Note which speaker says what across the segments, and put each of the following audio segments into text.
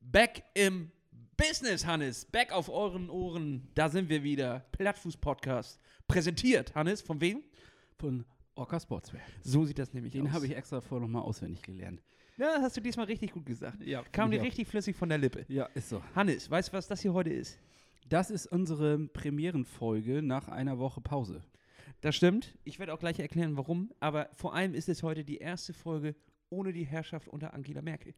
Speaker 1: back im Business, Hannes. Back auf euren Ohren. Da sind wir wieder. Plattfuß-Podcast. Präsentiert, Hannes. Von wem?
Speaker 2: Von Orca Sportswear.
Speaker 1: So sieht das nämlich
Speaker 2: Den
Speaker 1: aus.
Speaker 2: habe ich extra vorher nochmal auswendig gelernt.
Speaker 1: Ja, das hast du diesmal richtig gut gesagt.
Speaker 2: Ja,
Speaker 1: Kam dir
Speaker 2: ja.
Speaker 1: richtig flüssig von der Lippe.
Speaker 2: Ja, ist so.
Speaker 1: Hannes, weißt du, was das hier heute ist?
Speaker 2: Das ist unsere Premierenfolge nach einer Woche Pause.
Speaker 1: Das stimmt. Ich werde auch gleich erklären, warum. Aber vor allem ist es heute die erste Folge ohne die Herrschaft unter Angela Merkel.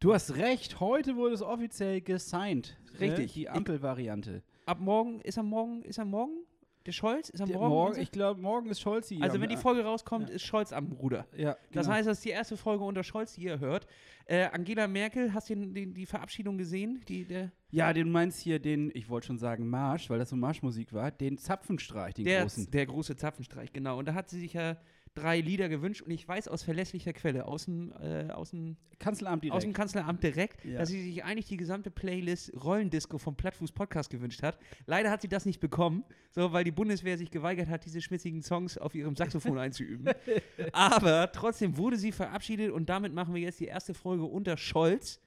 Speaker 2: Du hast recht, heute wurde es offiziell gesigned.
Speaker 1: Richtig.
Speaker 2: Äh, die Ampelvariante.
Speaker 1: Ab morgen, ist am Morgen, ist am Morgen? Der Scholz? Ist am
Speaker 2: Der-
Speaker 1: Morgen? unser-
Speaker 2: ich glaube, morgen ist Scholz hier.
Speaker 1: also, wenn die Folge rauskommt,
Speaker 2: Ja.
Speaker 1: ist Scholz am Ruder.
Speaker 2: Ja,
Speaker 1: Das
Speaker 2: genau.
Speaker 1: heißt, das ist die erste Folge unter Scholz, die ihr hört. Äh, Angela Merkel, hast du den, den, die Verabschiedung gesehen? Die, der
Speaker 2: Ja, den meinst hier den, ich wollte schon sagen Marsch, weil das so Marschmusik war, den Zapfenstreich, den
Speaker 1: der,
Speaker 2: großen.
Speaker 1: der große Zapfenstreich, genau. Und da hat sie sich ja drei Lieder gewünscht und ich weiß aus verlässlicher Quelle, aus dem, äh, aus dem,
Speaker 2: Kanzleramt direkt.
Speaker 1: aus dem Kanzleramt direkt,
Speaker 2: Ja.
Speaker 1: dass sie sich eigentlich die gesamte Playlist Rollendisco vom Plattfuß Podcast gewünscht hat. Leider hat sie das nicht bekommen, so, weil die Bundeswehr sich geweigert hat, diese schmitzigen Songs auf ihrem Saxophon einzuüben. Aber trotzdem wurde sie verabschiedet und damit machen wir jetzt die erste Folge unter Scholz.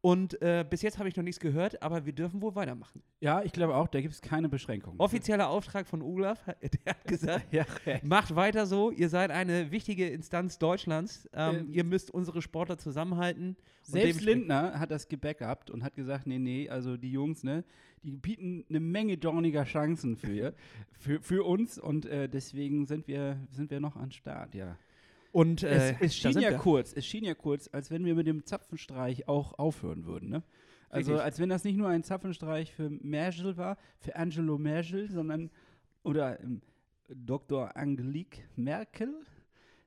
Speaker 1: Und äh, bis jetzt habe ich noch nichts gehört, aber wir dürfen wohl weitermachen.
Speaker 2: ja, ich glaube auch, da gibt es keine Beschränkungen.
Speaker 1: Offizieller Auftrag von Olaf, der hat gesagt,
Speaker 2: Ja,
Speaker 1: macht weiter so, ihr seid eine wichtige Instanz Deutschlands, ähm,
Speaker 2: Ähm,
Speaker 1: ihr müsst unsere Sportler zusammenhalten. und
Speaker 2: Selbst
Speaker 1: dementsprechend-
Speaker 2: Lindner hat das gebackupt und hat gesagt, nee, nee, also die Jungs, ne, die bieten eine Menge dorniger Chancen für, für, für uns und äh, deswegen sind wir, sind wir noch an Start, ja.
Speaker 1: Und äh,
Speaker 2: es, es
Speaker 1: da
Speaker 2: schien
Speaker 1: sind
Speaker 2: ja
Speaker 1: wir.
Speaker 2: kurz, es schien ja kurz, als wenn wir mit dem Zapfenstreich auch aufhören würden, ne? Also
Speaker 1: Richtig.
Speaker 2: als wenn das nicht nur ein Zapfenstreich für Mergel war, für Angelo Mergel, sondern oder ähm, Dr. Angelique Merkel,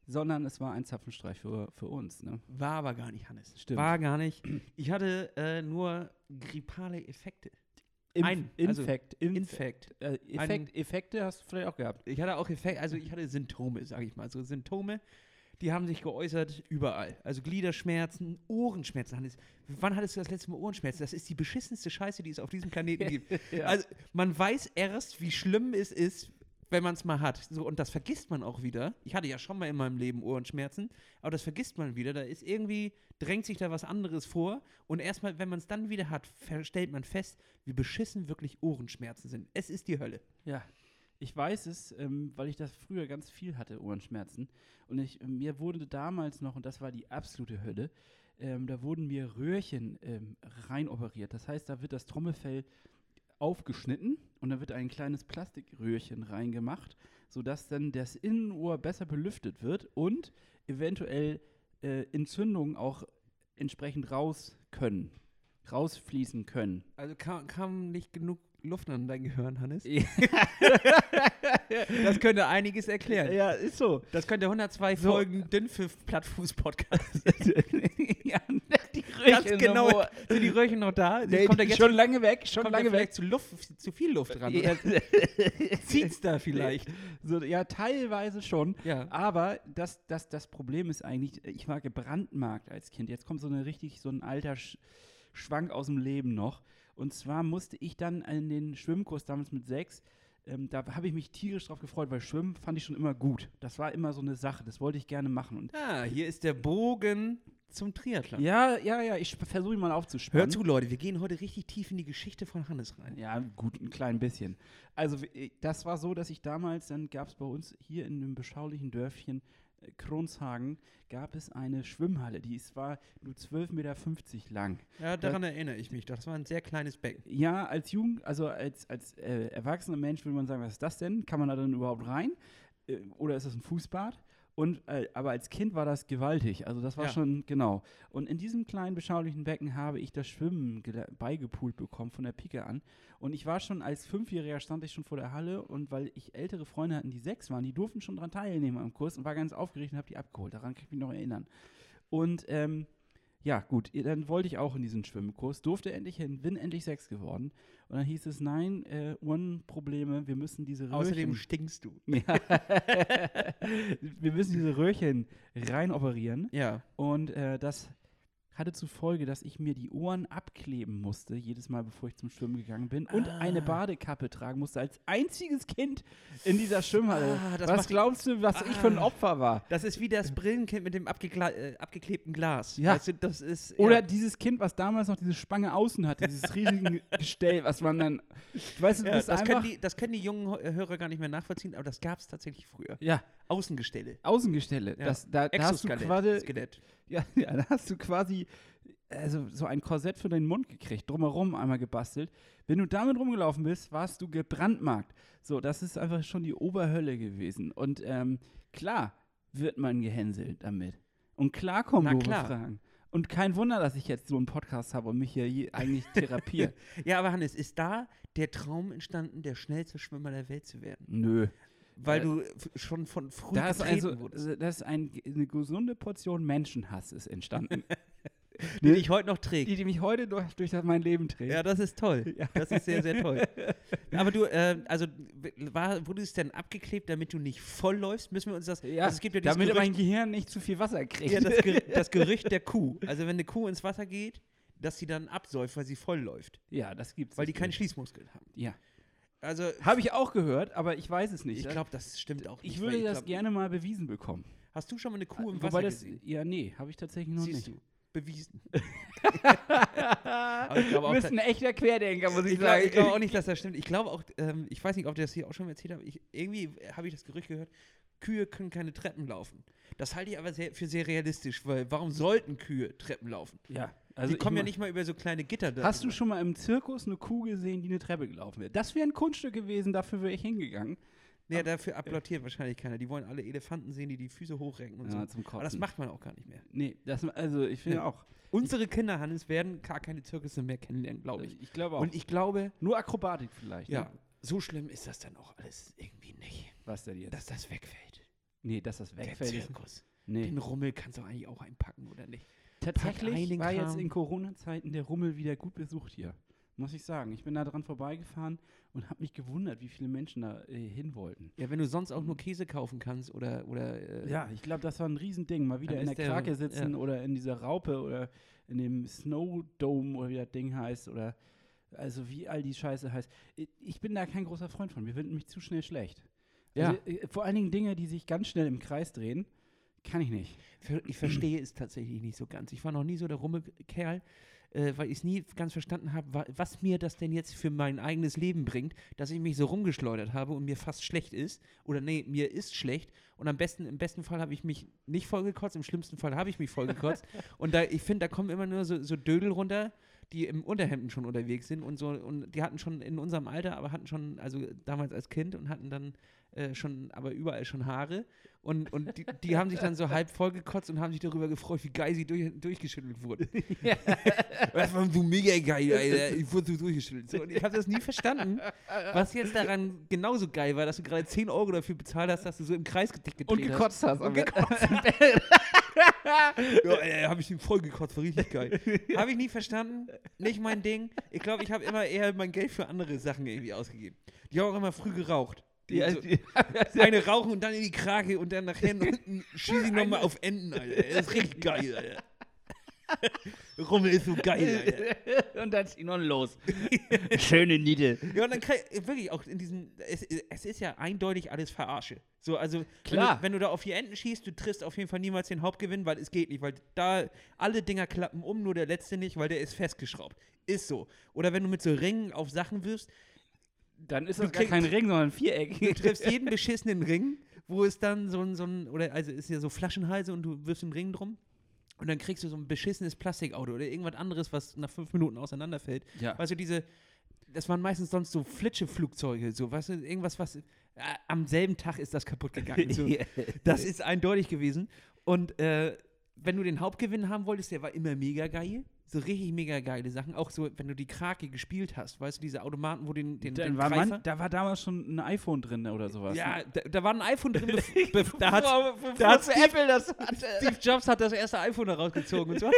Speaker 2: sondern es war ein Zapfenstreich für, für uns, ne?
Speaker 1: War aber gar nicht, Hannes.
Speaker 2: Stimmt.
Speaker 1: War gar nicht. Ich hatte äh, nur grippale Effekte.
Speaker 2: Inf
Speaker 1: Ein, also
Speaker 2: Infekt, Infekt.
Speaker 1: Infekt.
Speaker 2: Äh, Effekt, Effekte hast du vielleicht auch gehabt.
Speaker 1: Ich hatte auch Effekte, also ich hatte Symptome, sage ich mal. So Symptome, die haben sich geäußert überall. Also Gliederschmerzen, Ohrenschmerzen. Hannes, wann hattest du das letzte Mal Ohrenschmerzen? Das ist die beschissenste Scheiße, die es auf diesem Planeten gibt. Also man weiß erst, wie schlimm es ist, wenn man es mal hat. So, und das vergisst man auch wieder. Ich hatte ja schon mal in meinem Leben Ohrenschmerzen, aber das vergisst man wieder. Da ist irgendwie, drängt sich da was anderes vor. Und erstmal, wenn man es dann wieder hat, ver- stellt man fest, wie beschissen wirklich Ohrenschmerzen sind. Es ist die Hölle.
Speaker 2: Ja. Ich weiß es, ähm, weil ich das früher ganz viel hatte, Ohrenschmerzen. Und ich, mir wurde damals noch, und das war die absolute Hölle, ähm, da wurden mir Röhrchen ähm, reinoperiert. Das heißt, da wird das Trommelfell aufgeschnitten und da wird ein kleines Plastikröhrchen reingemacht, sodass dann das Innenohr besser belüftet wird und eventuell äh, Entzündungen auch entsprechend raus können, rausfließen können.
Speaker 1: Also kam, kam nicht genug Luft an dein Gehirn, Hannes?
Speaker 2: Ja.
Speaker 1: das könnte einiges erklären.
Speaker 2: Ja, ist so.
Speaker 1: Das könnte 102
Speaker 2: So.
Speaker 1: Folgen Dünnpfiff-Plattfuß-Podcast.
Speaker 2: ja, ne, die
Speaker 1: Ganz
Speaker 2: Röhrchen
Speaker 1: genau.
Speaker 2: im Ohr.
Speaker 1: Sind die Röhrchen noch da?
Speaker 2: Nee,
Speaker 1: kommt er
Speaker 2: die-
Speaker 1: jetzt
Speaker 2: schon lange weg, schon
Speaker 1: kommt
Speaker 2: lange
Speaker 1: da
Speaker 2: weg.
Speaker 1: vielleicht zu, Luft, zu viel Luft dran.
Speaker 2: Ja.
Speaker 1: Oder zieht's da vielleicht?
Speaker 2: so, ja, teilweise schon.
Speaker 1: Ja.
Speaker 2: Aber das, das, das Problem ist eigentlich, ich war gebrandmarkt als Kind. Jetzt kommt so eine richtig, so ein alter Sch Schwank aus dem Leben noch. Und zwar musste ich dann in den Schwimmkurs damals mit sechs. Ähm, da habe ich mich tierisch drauf gefreut, weil Schwimmen fand ich schon immer gut. Das war immer so eine Sache, das wollte ich gerne machen. Und
Speaker 1: Ah, hier ist der Bogen zum Triathlon.
Speaker 2: ja, ja, ja, ich versuche ihn mal aufzuspannen.
Speaker 1: Hört zu, Leute, wir gehen heute richtig tief in die Geschichte von Hannes rein.
Speaker 2: Ja, gut, ein klein bisschen. Also w- das war so, dass ich damals, dann gab es bei uns hier in dem beschaulichen Dörfchen äh, Kronshagen, gab es eine Schwimmhalle, die ist, war nur 12,50 Meter lang.
Speaker 1: Ja, daran erinnere ich mich. doch. Das war ein sehr kleines Becken.
Speaker 2: Ja, als Jugend, also als, als äh, erwachsener Mensch würde man sagen, was ist das denn? Kann man da denn überhaupt rein? Äh, oder ist das ein Fußbad? Und, äh, aber als Kind war das gewaltig. Also das war
Speaker 1: Ja.
Speaker 2: schon, genau. Und in diesem kleinen, beschaulichen Becken habe ich das Schwimmen gele- beigepult bekommen von der Pike an. Und ich war schon als Fünfjähriger stand ich schon vor der Halle und weil ich ältere Freunde hatten, die sechs waren, die durften schon dran teilnehmen am Kurs und war ganz aufgeregt und habe die abgeholt. Daran kann ich mich noch erinnern. Und ähm, ja, gut, ihr- dann wollte ich auch in diesen Schwimmkurs, durfte endlich hin, bin endlich sechs geworden. Und dann hieß es, nein, äh, Ohrenprobleme, wir müssen diese Röhrchen...
Speaker 1: Außerdem stinkst du.
Speaker 2: Ja. wir müssen diese Röhrchen rein operieren.
Speaker 1: Ja.
Speaker 2: Und äh, das hatte zur Folge, dass ich mir die Ohren abkleben musste, jedes Mal, bevor ich zum Schwimmen gegangen bin, und
Speaker 1: Ah.
Speaker 2: eine Badekappe tragen musste, als einziges Kind in dieser Schwimmhalle.
Speaker 1: Ah, das
Speaker 2: was
Speaker 1: macht-
Speaker 2: glaubst du, was ich für ein
Speaker 1: Ah.
Speaker 2: Opfer war?
Speaker 1: Das ist wie das Brillenkind mit dem abgekla- äh, abgeklebten Glas.
Speaker 2: Ja.
Speaker 1: Weißt du, das ist.
Speaker 2: Oder
Speaker 1: ja.
Speaker 2: dieses Kind, was damals noch diese Spange außen hatte, dieses riesige Gestell, was man dann. Weißt du, du
Speaker 1: Ja,
Speaker 2: bist
Speaker 1: das,
Speaker 2: einfach.
Speaker 1: können die, das können die jungen Ho- äh, Hörer gar nicht mehr nachvollziehen, aber das gab es tatsächlich früher.
Speaker 2: ja,
Speaker 1: Außengestelle.
Speaker 2: Außengestelle.
Speaker 1: Ja.
Speaker 2: Das, da, da hast du quasi
Speaker 1: Skelett.
Speaker 2: Ja, ja, da hast du quasi also so ein Korsett für deinen Mund gekriegt, drumherum einmal gebastelt. Wenn du damit rumgelaufen bist, warst du gebrandmarkt. So, das ist einfach schon die Oberhölle gewesen. Und ähm, klar wird man gehänselt damit. Und klar kommen
Speaker 1: Na
Speaker 2: doofe
Speaker 1: klar.
Speaker 2: Fragen. Und kein Wunder, dass ich jetzt so einen Podcast habe und mich hier je, eigentlich therapiere.
Speaker 1: Ja, aber Hannes, ist da der Traum entstanden, der schnellste Schwimmer der Welt zu werden?
Speaker 2: Nö.
Speaker 1: Weil
Speaker 2: Äh,
Speaker 1: du f- schon von früh
Speaker 2: Da ist,
Speaker 1: getreten
Speaker 2: also,
Speaker 1: wurdest.
Speaker 2: das ist ein, eine gesunde Portion Menschenhass ist entstanden.
Speaker 1: Die dich heute noch trägt.
Speaker 2: die, die mich heute durch, durch das- mein Leben trägt.
Speaker 1: Ja, das ist toll. Das ist sehr, sehr toll. Aber du, äh, also w- war, wurde es denn abgeklebt, damit du nicht vollläufst? Müssen wir uns das.
Speaker 2: Ja,
Speaker 1: also es gibt ja dieses
Speaker 2: damit mein
Speaker 1: Gerücht,
Speaker 2: Gehirn nicht zu viel Wasser kriegt.
Speaker 1: ja, das, Ger das Gerücht der Kuh. Also wenn eine Kuh ins Wasser geht, dass sie dann absäuft, weil sie vollläuft.
Speaker 2: ja, das gibt's.
Speaker 1: Weil die keinen
Speaker 2: natürlich.
Speaker 1: Schließmuskel haben.
Speaker 2: Ja.
Speaker 1: Also
Speaker 2: Habe ich auch gehört, aber ich weiß es nicht.
Speaker 1: ich glaube, das stimmt auch
Speaker 2: ich
Speaker 1: nicht.
Speaker 2: würde
Speaker 1: weil
Speaker 2: das
Speaker 1: glaub-
Speaker 2: gerne mal bewiesen bekommen.
Speaker 1: Hast du schon mal eine Kuh im
Speaker 2: Wobei
Speaker 1: Wasser
Speaker 2: das,
Speaker 1: gesehen?
Speaker 2: ja, nee, habe ich tatsächlich noch
Speaker 1: Siehst
Speaker 2: nicht.
Speaker 1: du. Bewiesen.
Speaker 2: Aber
Speaker 1: ich glaube auch,
Speaker 2: du bist ein echter Querdenker, muss ich,
Speaker 1: Ich glaube
Speaker 2: sagen.
Speaker 1: ich glaub auch nicht, dass das stimmt. Ich glaube auch, ähm, ich weiß nicht, ob ich das hier auch schon mal erzählt habe. Ich, irgendwie habe ich das Gerücht gehört, Kühe können keine Treppen laufen. Das halte ich aber sehr, für sehr realistisch, weil warum sollten Kühe Treppen laufen?
Speaker 2: ja, also
Speaker 1: die kommen ja
Speaker 2: ich-
Speaker 1: nicht mal über so kleine Gitter da.
Speaker 2: Hast du schon mal im Zirkus eine Kuh gesehen, die eine Treppe gelaufen wäre? Das wäre ein Kunststück gewesen, dafür wäre ich hingegangen.
Speaker 1: Nee, dafür applaudiert wahrscheinlich keiner. Die wollen alle Elefanten sehen, die die Füße hochrecken und so.
Speaker 2: zum
Speaker 1: Aber das macht man auch gar nicht mehr.
Speaker 2: nee, das, also ich finde
Speaker 1: Nee.
Speaker 2: auch.
Speaker 1: Unsere Kinder, Hannes, werden gar keine Zirkusse mehr kennenlernen, glaube ich.
Speaker 2: Ich, glaube auch.
Speaker 1: Und ich glaube,
Speaker 2: Nur Akrobatik vielleicht.
Speaker 1: ja,
Speaker 2: Ne?
Speaker 1: so schlimm ist das dann auch alles irgendwie nicht,
Speaker 2: Was denn jetzt?
Speaker 1: dass das wegfällt.
Speaker 2: nee, dass das wegfällt.
Speaker 1: Der
Speaker 2: ist-
Speaker 1: Zirkus.
Speaker 2: Nee.
Speaker 1: Den Rummel kannst du eigentlich auch einpacken, oder nicht? ein,
Speaker 2: Tatsächlich
Speaker 1: den
Speaker 2: war jetzt
Speaker 1: Kram.
Speaker 2: in Corona-Zeiten der Rummel wieder gut besucht hier. Muss ich sagen. Ich bin da dran vorbeigefahren und habe mich gewundert, wie viele Menschen da äh, hin wollten.
Speaker 1: Ja, wenn du sonst auch nur Käse kaufen kannst oder. oder äh,
Speaker 2: Ja, ich glaube, das war ein Riesending. Mal wieder
Speaker 1: Dann
Speaker 2: in der
Speaker 1: ist der-
Speaker 2: Krake sitzen
Speaker 1: ja.
Speaker 2: oder in dieser Raupe oder in dem Snow Dome oder wie das Ding heißt oder also wie all die Scheiße heißt. I- Ich bin da kein großer Freund von. Wir finden mich zu schnell schlecht.
Speaker 1: Ja.
Speaker 2: Also, äh, vor allen Dingen Dinge, die sich ganz schnell im Kreis drehen, kann ich nicht.
Speaker 1: ver- Ich verstehe es tatsächlich nicht so ganz. Ich war noch nie so der Rummelkerl, äh, weil ich es nie ganz verstanden habe, wa was mir das denn jetzt für mein eigenes Leben bringt, dass ich mich so rumgeschleudert habe und mir fast schlecht ist. Oder nee, mir ist schlecht. Und am besten, im besten Fall habe ich mich nicht vollgekotzt, im schlimmsten Fall habe ich mich vollgekotzt. und da, ich finde, da kommen immer nur so, so Dödel runter. die im Unterhemden schon unterwegs sind und so und die hatten schon in unserem Alter, aber hatten schon, also damals als Kind und hatten dann äh, schon, aber überall schon Haare und, und die, die haben sich dann so halb vollgekotzt und haben sich darüber gefreut, wie geil sie durch, durchgeschüttelt wurden. das war so mega geil, Alter. Ich wurde so durchgeschüttelt. So, und ich habe das nie verstanden, was jetzt daran genauso geil war, dass du gerade 10 Euro dafür bezahlt hast, dass du so im Kreis dich gedreht
Speaker 2: Und gekotzt hast.
Speaker 1: Und
Speaker 2: aber-
Speaker 1: hast. Ja, Alter, habe ich ihn vollgekotzt, war richtig geil. Habe ich nie verstanden. Nicht mein Ding. Ich glaube, ich habe immer eher mein Geld für andere Sachen irgendwie ausgegeben. Die haben auch immer früh geraucht. Die, also,
Speaker 2: Ja,
Speaker 1: so,
Speaker 2: die-
Speaker 1: eine rauchen und dann in die Krake und dann nachher nach hinten schieße ich nochmal auf Enden, Alter. Das ist richtig geil, Alter. Rummel ist so geil, Alter.
Speaker 2: und dann Chinon los. Schöne Niete.
Speaker 1: Ja, und dann kann ich, wirklich auch in diesem, es, es ist ja eindeutig alles Verarsche. So, also,
Speaker 2: Klar.
Speaker 1: Wenn, du, wenn du da auf die Enden schießt, du triffst auf jeden Fall niemals den Hauptgewinn, weil es geht nicht, weil da alle Dinger klappen um, nur der letzte nicht, weil der ist festgeschraubt. Ist so. Oder wenn du mit so Ringen auf Sachen wirfst,
Speaker 2: Dann ist
Speaker 1: Du
Speaker 2: das gar
Speaker 1: kriegst-
Speaker 2: kein Ring, sondern ein Viereck.
Speaker 1: du triffst jeden beschissenen Ring, wo es dann so ein, so ein, oder also ist ja so Flaschenhalse und du wirfst einen Ring drum. Und dann kriegst du so ein beschissenes Plastikauto oder irgendwas anderes, was nach fünf Minuten auseinanderfällt.
Speaker 2: ja.
Speaker 1: Weißt du, diese, das waren meistens sonst so Flitscheflugzeuge, so, weißt du, irgendwas, was, äh, am selben Tag ist das kaputt gegangen. So. das ist eindeutig gewesen. Und äh, wenn du den Hauptgewinn haben wolltest, der war immer mega geil. So richtig mega geile Sachen. Auch so, wenn du die Krake gespielt hast, weißt du, diese Automaten, wo den, den,
Speaker 2: Dann
Speaker 1: den
Speaker 2: war
Speaker 1: Greifer-
Speaker 2: man, da war damals schon ein iPhone drin oder sowas.
Speaker 1: ja,
Speaker 2: ne?
Speaker 1: da, da war ein iPhone drin. bef- bef- da hat da
Speaker 2: da
Speaker 1: hat
Speaker 2: hat äh, Apple das hatte.
Speaker 1: Steve Jobs hat das erste iPhone da rausgezogen. Und so.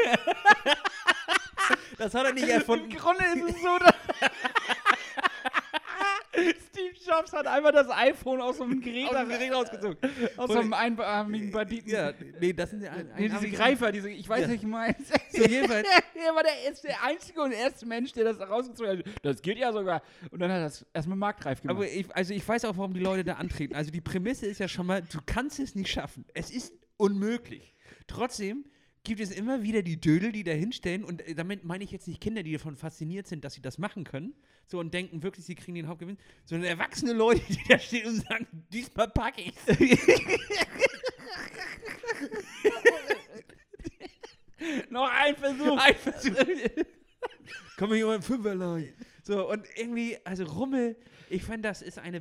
Speaker 1: das hat er nicht
Speaker 2: Im
Speaker 1: erfunden.
Speaker 2: Grunde ist es so, dass Steve Papst hat einmal das iPhone aus so einem Gerät,
Speaker 1: Aus dem Gerät rausgezogen.
Speaker 2: aus so einem einarmigen Banditen.
Speaker 1: Ja, nee, das sind ja ein,
Speaker 2: Nee, diese
Speaker 1: einarmige-
Speaker 2: Greifer, diese, ich weiß
Speaker 1: Ja.
Speaker 2: nicht, ich meins.
Speaker 1: So, jedenfalls-
Speaker 2: er war der, erste, der einzige und erste Mensch, der das rausgezogen hat. Das geht ja sogar. Und dann hat er das erstmal marktreif gemacht.
Speaker 1: Aber ich, also ich weiß auch, warum die Leute da antreten. Also die Prämisse ist ja schon mal, du kannst es nicht schaffen. Es ist unmöglich. Trotzdem gibt es immer wieder die Dödel, die da hinstellen und äh, damit meine ich jetzt nicht Kinder, die davon fasziniert sind, dass sie das machen können, so und denken wirklich, sie kriegen den Hauptgewinn, sondern erwachsene Leute, die da stehen und sagen, diesmal packe ich's.
Speaker 2: noch ein Versuch.
Speaker 1: Ein Versuch. Kann mir jemand einen Fünfer leihen? So, und irgendwie, also Rummel, ich fand, das ist eine,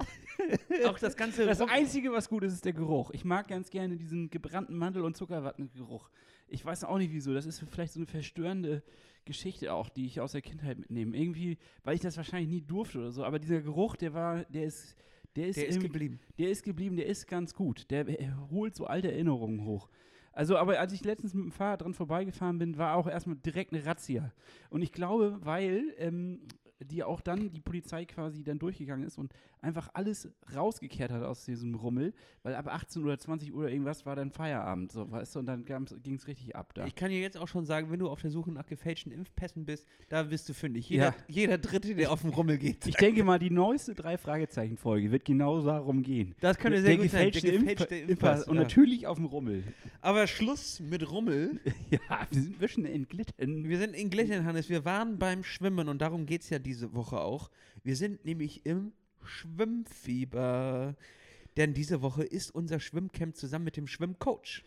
Speaker 1: auch das ganze
Speaker 2: Das
Speaker 1: Rummel-
Speaker 2: Einzige, was gut ist, ist der Geruch. Ich mag ganz gerne diesen gebrannten Mandel- und Zuckerwattengeruch. Ich weiß auch nicht wieso. Das ist vielleicht so eine verstörende Geschichte auch, die ich aus der Kindheit mitnehme. Irgendwie, weil ich das wahrscheinlich nie durfte oder so. Aber dieser Geruch, der war, der ist, der ist,
Speaker 1: der ist
Speaker 2: irgendwie-
Speaker 1: geblieben.
Speaker 2: der ist geblieben, der ist ganz gut. Der äh, holt so alte Erinnerungen hoch. Also, aber als ich letztens mit dem Fahrrad dran vorbeigefahren bin, war auch erstmal direkt eine Razzia. Und ich glaube, weil ähm, die auch dann, die Polizei quasi dann durchgegangen ist und einfach alles rausgekehrt hat aus diesem Rummel, weil ab 18 oder 20 Uhr irgendwas war dann Feierabend, so, weißt du, und dann ging es richtig ab da.
Speaker 1: Ich kann dir jetzt auch schon sagen, wenn du auf der Suche nach gefälschten Impfpässen bist, da bist du fündig. Jeder,
Speaker 2: Ja.
Speaker 1: jeder Dritte, der auf den Rummel geht.
Speaker 2: Ich denke mal, die neueste Drei-Fragezeichen-Folge wird genau darum gehen.
Speaker 1: Das könnte
Speaker 2: Der
Speaker 1: sehr gut sein. Der
Speaker 2: gefälschte
Speaker 1: gefälschte
Speaker 2: Impf-
Speaker 1: Impfpass,
Speaker 2: Und
Speaker 1: ja.
Speaker 2: natürlich auf dem Rummel.
Speaker 1: Aber Schluss mit Rummel.
Speaker 2: Ja, wir sind ein bisschen entglitten.
Speaker 1: Wir sind in Glättern, Hannes. Wir waren beim Schwimmen und darum geht es ja diese Woche auch. Wir sind nämlich im Schwimmfieber. Denn diese Woche ist unser Schwimmcamp zusammen mit dem Schwimmcoach.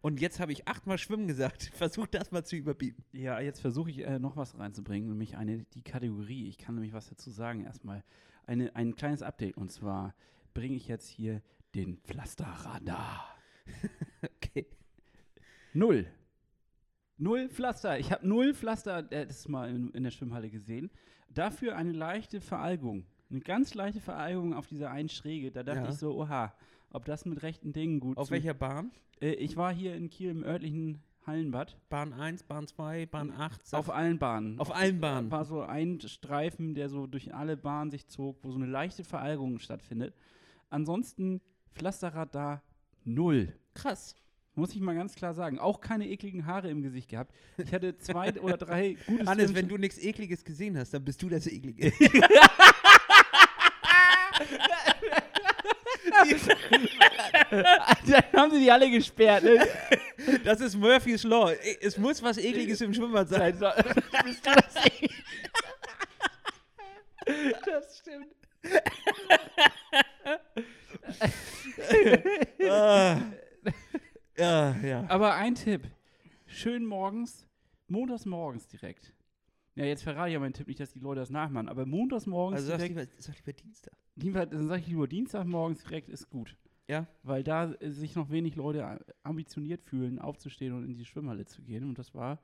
Speaker 1: Und jetzt habe ich achtmal Schwimmen gesagt. Versuch das mal zu überbieten.
Speaker 2: Ja, jetzt versuche ich äh, noch was reinzubringen, nämlich eine, die Kategorie. Ich kann nämlich was dazu sagen erstmal. Eine, ein kleines Update und zwar bringe ich jetzt hier den Pflasterradar.
Speaker 1: Okay.
Speaker 2: Null. Null Pflaster. Ich habe null Pflaster äh, das Mal in, in der Schwimmhalle gesehen. Dafür eine leichte Veralgung. Eine ganz leichte Veralgung auf dieser einen Schräge. Da dachte
Speaker 1: Ja.
Speaker 2: ich so, oha, ob das mit rechten Dingen gut
Speaker 1: Auf
Speaker 2: zu-
Speaker 1: welcher Bahn?
Speaker 2: Äh, ich war hier in Kiel im örtlichen Hallenbad.
Speaker 1: Bahn 1, Bahn 2, Bahn 8?
Speaker 2: Auf allen Bahnen.
Speaker 1: auf allen Bahnen.
Speaker 2: war so ein Streifen, der so durch alle Bahnen sich zog, wo so eine leichte Veralgung stattfindet. Ansonsten Pflasterradar null.
Speaker 1: Krass.
Speaker 2: Muss ich mal ganz klar sagen. Auch keine ekligen Haare im Gesicht gehabt. Ich hatte zwei oder drei gute
Speaker 1: Hannes,
Speaker 2: Swim-
Speaker 1: wenn du nichts Ekliges gesehen hast, dann bist du das Eklige.
Speaker 2: Dann haben sie die alle gesperrt. Ne?
Speaker 1: Das ist Murphy's Law. E, Es muss was Ekliges im Schwimmbad sein.
Speaker 2: Nein, so, bist du das, ey? das stimmt.
Speaker 1: ah. Ja, ja.
Speaker 2: Aber ein Tipp. Schön morgens, montags morgens direkt. Ja, jetzt verrate ich ja meinen Tipp nicht, dass die Leute das nachmachen, aber montags morgens
Speaker 1: Also sag
Speaker 2: direkt.
Speaker 1: lieber, sag lieber Dienstag.
Speaker 2: Dienstag, dann sage ich lieber Dienstagmorgens direkt ist gut.
Speaker 1: Ja.
Speaker 2: Weil da äh, sich noch wenig Leute a- ambitioniert fühlen, aufzustehen und in die Schwimmhalle zu gehen. Und das war,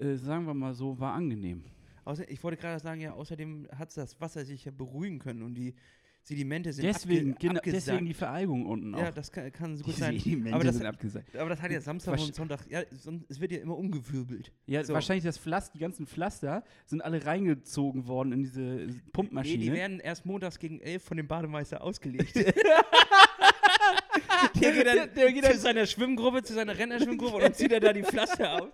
Speaker 2: äh, sagen wir mal so, war angenehm.
Speaker 1: Außer, ich wollte gerade sagen, ja, außerdem hat das Wasser sich ja beruhigen können und die Sedimente sind
Speaker 2: Deswegen,
Speaker 1: abge
Speaker 2: genau,
Speaker 1: abgesackt.
Speaker 2: deswegen die Veralgung unten
Speaker 1: ja,
Speaker 2: auch.
Speaker 1: das kann, kann so
Speaker 2: Die
Speaker 1: gut sein.
Speaker 2: Sedimente
Speaker 1: Aber das,
Speaker 2: sind abgesagt.
Speaker 1: aber das hat ja Samstag
Speaker 2: Versch-
Speaker 1: und Sonntag. Ja, sonst, es wird ja immer umgewirbelt.
Speaker 2: Ja,
Speaker 1: So.
Speaker 2: wahrscheinlich das Pflaster, die ganzen Pflaster sind alle reingezogen worden in diese äh,
Speaker 1: Nee,
Speaker 2: Pumpmaschine.
Speaker 1: die werden erst montags gegen elf von dem Bademeister ausgelegt. der geht dann,
Speaker 2: Der geht dann-
Speaker 1: zu seiner Schwimmgruppe, zu seiner Rennerschwimmgruppe und dann zieht er da die Pflaster auf.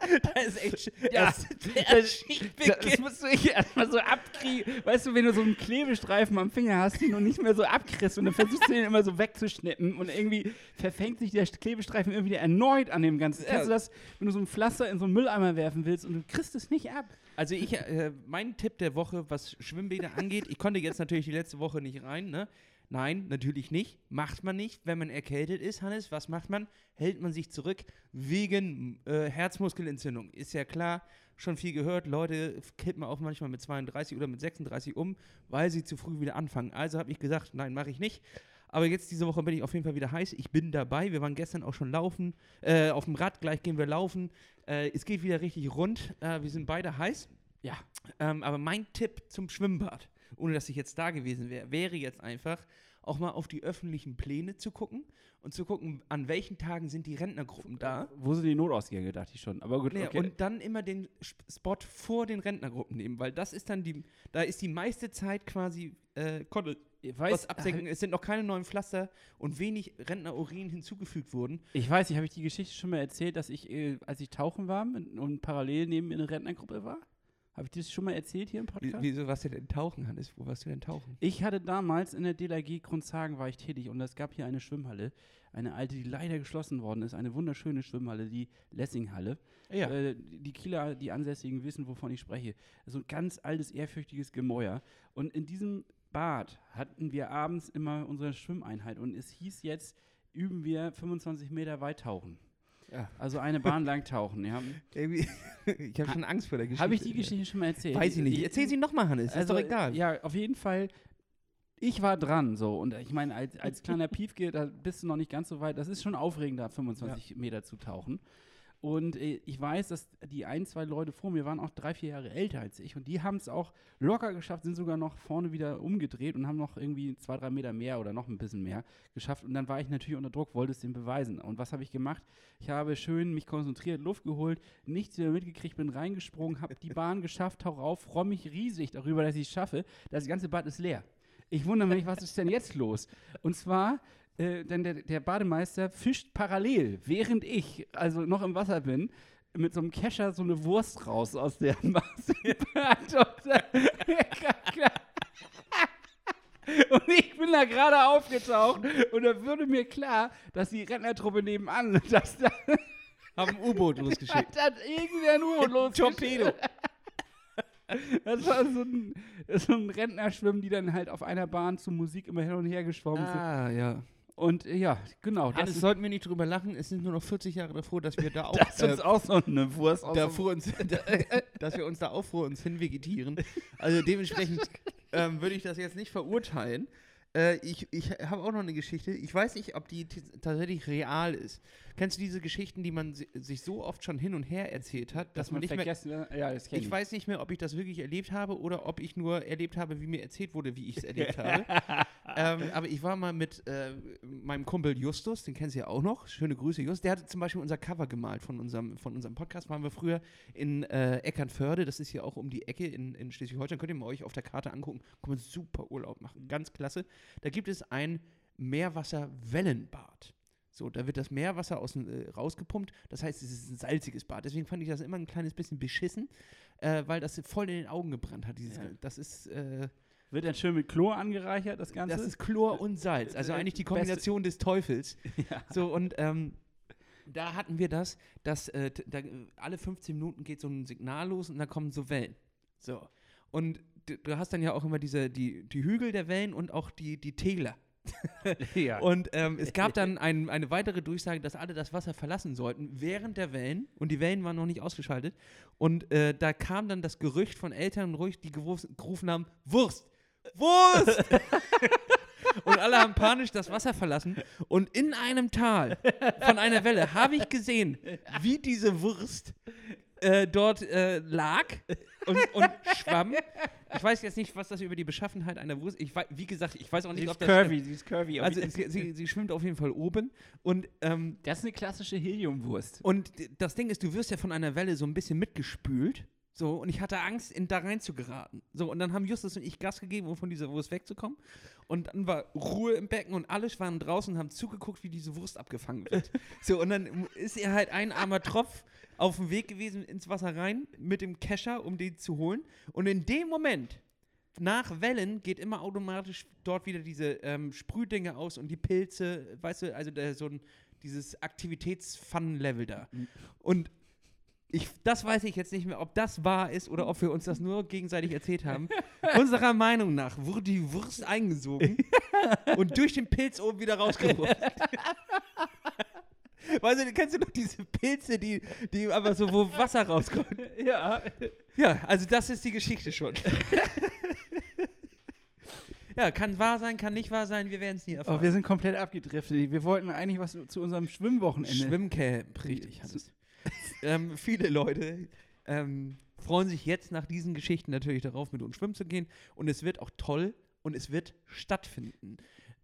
Speaker 1: da ist echt
Speaker 2: Ja,
Speaker 1: erst der
Speaker 2: das-
Speaker 1: Schichtbeginn.
Speaker 2: das musst du hier erstmal so abkriegen. Weißt du, wenn du so einen Klebestreifen am Finger hast, den du nicht mehr so abkriegst und dann versuchst du den immer so wegzuschnippen und irgendwie verfängt sich der Klebestreifen irgendwie erneut an dem Ganzen.
Speaker 1: Ja.
Speaker 2: Kennst du das, wenn du so ein Pflaster in so einen Mülleimer werfen willst und du kriegst es nicht ab?
Speaker 1: Also ich, äh, mein Tipp der Woche, was Schwimmbäder angeht, ich konnte jetzt natürlich die letzte Woche nicht rein, ne? Nein, natürlich nicht. Macht man nicht, wenn man erkältet ist, Hannes. Was macht man? Hält man sich zurück wegen äh, Herzmuskelentzündung. Ist ja klar, schon viel gehört. Leute kippen auch manchmal mit 32 oder mit 36 um, weil sie zu früh wieder anfangen. Also habe ich gesagt, nein, mache ich nicht. Aber jetzt diese Woche bin ich auf jeden Fall wieder heiß. Ich bin dabei. Wir waren gestern auch schon laufen. Äh, auf dem Rad, gleich gehen wir laufen. Äh, es geht wieder richtig rund. Äh, wir sind beide heiß.
Speaker 2: Ja.
Speaker 1: Ähm, aber mein Tipp zum Schwimmbad, ohne dass ich jetzt da gewesen wäre, wäre jetzt einfach auch mal auf die öffentlichen Pläne zu gucken und zu gucken, an welchen Tagen sind die Rentnergruppen da.
Speaker 2: Wo sind die Notausgänge, dachte ich schon. Aber gut,
Speaker 1: Nee,
Speaker 2: okay.
Speaker 1: Und dann immer den Sp- Spot vor den Rentnergruppen nehmen, weil das ist dann die, da ist die meiste Zeit quasi äh, konnte
Speaker 2: ich
Speaker 1: was
Speaker 2: weiß, äh,
Speaker 1: absenken. Es sind noch keine neuen Pflaster und wenig Rentnerurin hinzugefügt wurden.
Speaker 2: ich weiß nicht, habe ich die Geschichte schon mal erzählt, dass ich, äh, als ich tauchen war und, und parallel neben mir eine Rentnergruppe war? Habe ich das schon mal erzählt hier im
Speaker 1: Wie,
Speaker 2: Podcast?
Speaker 1: wieso warst du denn tauchen, Hannes? Wo warst du denn tauchen?
Speaker 2: Ich hatte damals in der DLRG Grundshagen war ich tätig und es gab hier eine Schwimmhalle, eine alte, die leider geschlossen worden ist, eine wunderschöne Schwimmhalle, die Lessinghalle.
Speaker 1: Ja.
Speaker 2: Äh, die Kieler, die Ansässigen wissen, wovon ich spreche. So ein ganz altes, ehrfürchtiges Gemäuer. Und in diesem Bad hatten wir abends immer unsere Schwimmeinheit und es hieß jetzt, üben wir 25 Meter weit tauchen.
Speaker 1: Ja.
Speaker 2: Also eine Bahn lang tauchen. Ja.
Speaker 1: Irgendwie, ich habe schon Angst vor der Geschichte.
Speaker 2: Habe ich die Geschichte schon mal erzählt?
Speaker 1: Weiß ich nicht. Erzähl sie nochmal, Hannes.
Speaker 2: Also,
Speaker 1: ist doch egal.
Speaker 2: Ja, auf jeden Fall. Ich war dran, so. Und ich meine, als, als kleiner Piefke, da bist du noch nicht ganz so weit. Das ist schon aufregend, da 25 Meter zu tauchen. Und äh, ich weiß, dass die ein, zwei Leute vor mir waren auch drei, vier Jahre älter als ich. Und die haben es auch locker geschafft, sind sogar noch vorne wieder umgedreht und haben noch irgendwie zwei, drei Meter mehr oder noch ein bisschen mehr geschafft. Und dann war ich natürlich unter Druck, wollte es denen beweisen. Und was habe ich gemacht? Ich habe schön mich konzentriert, Luft geholt, nichts wieder mitgekriegt, bin reingesprungen, habe die Bahn geschafft, tauch auf, freue mich riesig darüber, dass ich es schaffe. Das ganze Bad ist leer. Ich wundere mich, was ist denn jetzt los? Und zwar, äh, denn der, der Bademeister fischt parallel, während ich also noch im Wasser bin, mit so einem Kescher so eine Wurst raus aus der äh, Masse. Und ich bin da gerade aufgetaucht und da würde mir klar, dass die Rentnertruppe nebenan, dass da
Speaker 1: Haben U-Boot losgeschickt.
Speaker 2: hat dann irgendwer nur los.
Speaker 1: Torpedo.
Speaker 2: Das war so ein, so ein Rentnerschwimmen, die dann halt auf einer Bahn zu Musik immer hin und her geschwommen sind.
Speaker 1: ah, ja.
Speaker 2: Und äh, ja, genau. Das,
Speaker 1: Hannes,
Speaker 2: ist,
Speaker 1: sollten wir nicht drüber lachen. Es sind nur noch 40 Jahre davor, dass wir da auch äh,
Speaker 2: das ist auch so eine Wurst. aus
Speaker 1: da
Speaker 2: dem-
Speaker 1: vor uns, da, dass wir uns da auch vor uns hin vegetieren. Also dementsprechend ähm, würde ich das jetzt nicht verurteilen. Äh, ich ich habe auch noch eine Geschichte. Ich weiß nicht, ob die t- tatsächlich real ist. Kennst du diese Geschichten, die man si sich so oft schon hin und her erzählt hat, dass,
Speaker 2: dass man
Speaker 1: nicht mehr.
Speaker 2: vergessen Ja, das kenn
Speaker 1: Ich weiß nicht mehr, ob ich das wirklich erlebt habe oder ob ich nur erlebt habe, wie mir erzählt wurde, wie ich es erlebt habe. Ähm, aber ich war mal mit äh, meinem Kumpel Justus, den kennst du ja auch noch. Schöne Grüße, Justus. Der hatte zum Beispiel unser Cover gemalt von unserem, von unserem Podcast. Waren wir früher in äh, Eckernförde, das ist hier auch um die Ecke in, in Schleswig-Holstein. Könnt ihr mal euch auf der Karte angucken. Kann man super Urlaub machen. Ganz klasse. Da gibt es ein Meerwasserwellenbad. So, da wird das Meerwasser außen äh, rausgepumpt. Das heißt, es ist ein salziges Bad. Deswegen fand ich das immer ein kleines bisschen beschissen, äh, weil das voll in den Augen gebrannt hat. Dieses,
Speaker 2: Ja.
Speaker 1: Das ist äh,
Speaker 2: Wird dann schön mit Chlor angereichert, das Ganze.
Speaker 1: das ist Chlor und Salz, also
Speaker 2: äh,
Speaker 1: eigentlich die
Speaker 2: beste-
Speaker 1: Kombination des Teufels. So und ähm, da hatten wir das, dass äh, t- da, äh, alle 15 Minuten geht so ein Signal los und da kommen so Wellen. So und d- du hast dann ja auch immer diese die, die Hügel der Wellen und auch die die Täler.
Speaker 2: ja.
Speaker 1: Und ähm, es gab dann ein, eine weitere Durchsage, dass alle das Wasser verlassen sollten während der Wellen. Und die Wellen waren noch nicht ausgeschaltet. Und äh, da kam dann das Gerücht von Eltern ruhig, die gewus- gerufen haben: Wurst! Wurst! und alle haben panisch das Wasser verlassen. Und in einem Tal von einer Welle habe ich gesehen, wie diese Wurst äh, dort äh, lag und, und schwamm. Ich weiß jetzt nicht, was das über die Beschaffenheit einer Wurst. Ich, wei- wie gesagt, ich weiß auch
Speaker 2: sie
Speaker 1: nicht,
Speaker 2: ist
Speaker 1: ob das
Speaker 2: curvy, sie ist curvy. aber
Speaker 1: also
Speaker 2: die-
Speaker 1: sie, sie, sie schwimmt auf jeden Fall oben. Und, ähm,
Speaker 2: das ist eine klassische Heliumwurst.
Speaker 1: und d- das Ding ist, du wirst ja von einer Welle so ein bisschen mitgespült. So, und ich hatte Angst, in, da rein zu geraten. So, und dann haben Justus und ich Gas gegeben, um von dieser Wurst wegzukommen. Und dann war Ruhe im Becken und alle waren draußen und haben zugeguckt, wie diese Wurst abgefangen wird. so, und dann ist er halt ein armer Tropf auf dem Weg gewesen ins Wasser rein mit dem Kescher, um den zu holen. Und in dem Moment nach Wellen geht immer automatisch dort wieder diese ähm, Sprühdinge aus und die Pilze, weißt du, also der, so ein, dieses Aktivitäts-Fun-Level da. Und ich, das weiß ich jetzt nicht mehr, ob das wahr ist oder ob wir uns das nur gegenseitig erzählt haben. Unserer Meinung nach wurde die Wurst eingesogen und durch den Pilz oben wieder rausgeworfen. Weißt du, kennst du noch diese Pilze, die, die einfach so, wo Wasser rauskommt?
Speaker 2: Ja.
Speaker 1: Ja, also das ist die Geschichte schon. ja, kann wahr sein, kann nicht wahr sein, wir werden es nie
Speaker 2: Oh,
Speaker 1: erfahren.
Speaker 2: wir sind komplett abgedriftet. Wir wollten eigentlich was zu unserem Schwimmwochenende.
Speaker 1: Schwimmcamp, richtig, Hannes. ähm, viele Leute ähm, freuen sich jetzt nach diesen Geschichten natürlich darauf, mit uns schwimmen zu gehen. Und es wird auch toll und es wird stattfinden.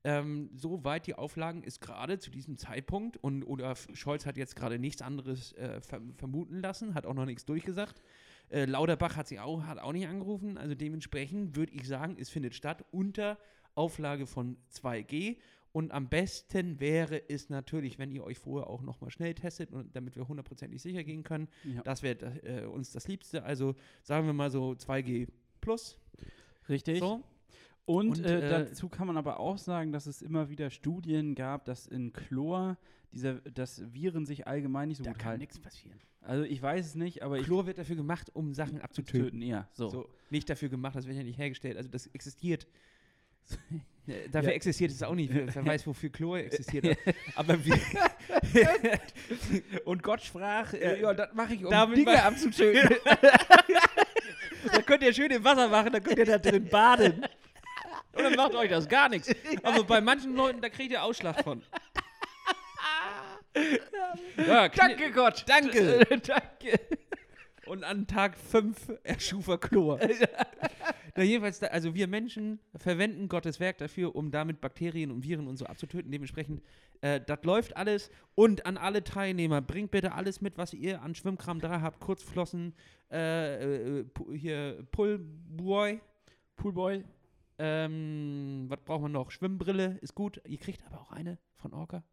Speaker 1: Ähm, so weit die Auflagen ist gerade zu diesem Zeitpunkt und oder F- Scholz hat jetzt gerade nichts anderes äh, ver vermuten lassen, hat auch noch nichts durchgesagt. Äh, Lauterbach hat sie auch, hat auch nicht angerufen. Also dementsprechend würde ich sagen, es findet statt unter Auflage von 2G. Und am besten wäre es natürlich, wenn ihr euch vorher auch nochmal schnell testet, und damit wir hundertprozentig sicher gehen können.
Speaker 2: Ja.
Speaker 1: Das wäre äh, uns das Liebste. Also sagen wir mal so 2G plus.
Speaker 2: Richtig.
Speaker 1: So.
Speaker 2: Und,
Speaker 1: Und,
Speaker 2: äh,
Speaker 1: äh,
Speaker 2: dazu kann man aber auch sagen, dass es immer wieder Studien gab, dass in Chlor dieser, dass Viren sich allgemein nicht so gut halten.
Speaker 1: nichts passieren.
Speaker 2: Also ich weiß es nicht, aber ich
Speaker 1: Chlor wird dafür gemacht, um Sachen abzutöten.
Speaker 2: töten, ja, so.
Speaker 1: So, nicht dafür gemacht, das wird ja nicht hergestellt. Also das existiert. Äh, Dafür
Speaker 2: Ja.
Speaker 1: existiert es auch nicht. Wer wer weiß, wofür Chlor existiert. Aber wir,
Speaker 2: Und Gott sprach,
Speaker 1: äh, ja, das
Speaker 2: mache ich,
Speaker 1: um Dinge
Speaker 2: abzutöten.
Speaker 1: da könnt ihr schön im Wasser machen, da könnt ihr da drin baden. Und dann macht euch das gar nichts. Also bei manchen Leuten, da kriegt ihr Ausschlag von. Ja, kn-
Speaker 2: Danke Gott.
Speaker 1: Danke.
Speaker 2: Danke.
Speaker 1: Und an Tag 5 erschuf er Chlor. Na, jedenfalls, da, also wir Menschen verwenden Gottes Werk dafür, um damit Bakterien und Viren und so abzutöten. Dementsprechend, äh, das läuft alles. Und an alle Teilnehmer, bringt bitte alles mit, was ihr an Schwimmkram da habt. Kurzflossen, äh, äh, Pu- hier Pullboy.
Speaker 2: Poolboy.
Speaker 1: Ähm, was braucht man noch? Schwimmbrille ist gut. Ihr kriegt aber auch eine von Orca.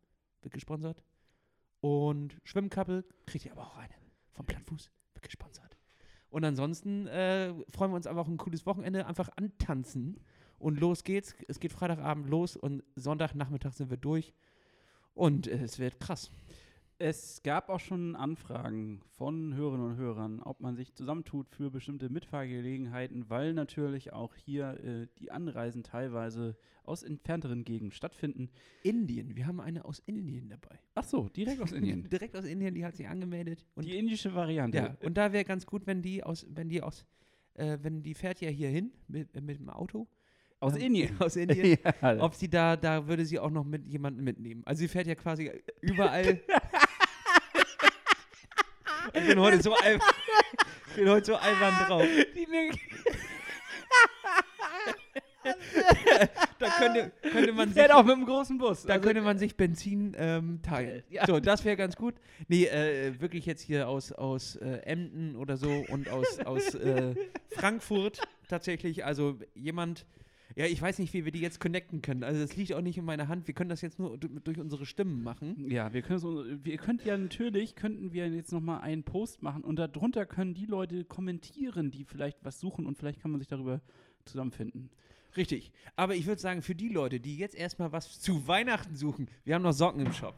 Speaker 1: Wird gesponsert. Und Schwimmkappe kriegt ihr aber auch eine. Vom Plattfuß. Wird gesponsert. Und ansonsten äh, freuen wir uns einfach auf ein cooles Wochenende. Einfach antanzen. Und los geht's. Es geht Freitagabend los und Sonntagnachmittag sind wir durch. Und äh, es wird krass.
Speaker 2: Es gab auch schon Anfragen von Hörerinnen und Hörern, ob man sich zusammentut für bestimmte Mitfahrgelegenheiten, weil natürlich auch hier äh, die Anreisen teilweise aus entfernteren Gegenden stattfinden.
Speaker 1: Indien. Wir haben eine aus Indien dabei.
Speaker 2: Ach so, direkt aus Indien.
Speaker 1: Direkt aus Indien. Die hat sich angemeldet. Und
Speaker 2: die indische Variante.
Speaker 1: Ja, und da wäre ganz gut, wenn die aus, wenn die aus, äh, wenn die fährt ja hier hin mit, äh, mit dem Auto.
Speaker 2: Aus
Speaker 1: Ähm,
Speaker 2: Indien.
Speaker 1: Aus Indien.
Speaker 2: Ja.
Speaker 1: Ob sie da, da würde sie auch noch mit jemandem mitnehmen. Also sie fährt ja quasi überall. ich bin heute so albern. Ich bin heute so albern drauf. Da könnte, könnte man sich.
Speaker 2: fährt auch mit dem großen Bus.
Speaker 1: Da
Speaker 2: Also,
Speaker 1: könnte man sich Benzin ähm, teilen.
Speaker 2: Ja.
Speaker 1: So, das wäre ganz gut. Nee, äh, wirklich jetzt hier aus, aus äh, Emden oder so und aus, aus äh, Frankfurt tatsächlich. Also jemand, ja, ich weiß nicht, wie wir die jetzt connecten können. Also es liegt auch nicht in meiner Hand. Wir können das jetzt nur du- durch unsere Stimmen machen.
Speaker 2: ja, wir können so, wir könnt ja natürlich, könnten wir jetzt nochmal einen Post machen und darunter können die Leute kommentieren, die vielleicht was suchen und vielleicht kann man sich darüber zusammenfinden.
Speaker 1: Richtig. Aber ich würde sagen, für die Leute, die jetzt erstmal was zu Weihnachten suchen, wir haben noch Socken im Shop.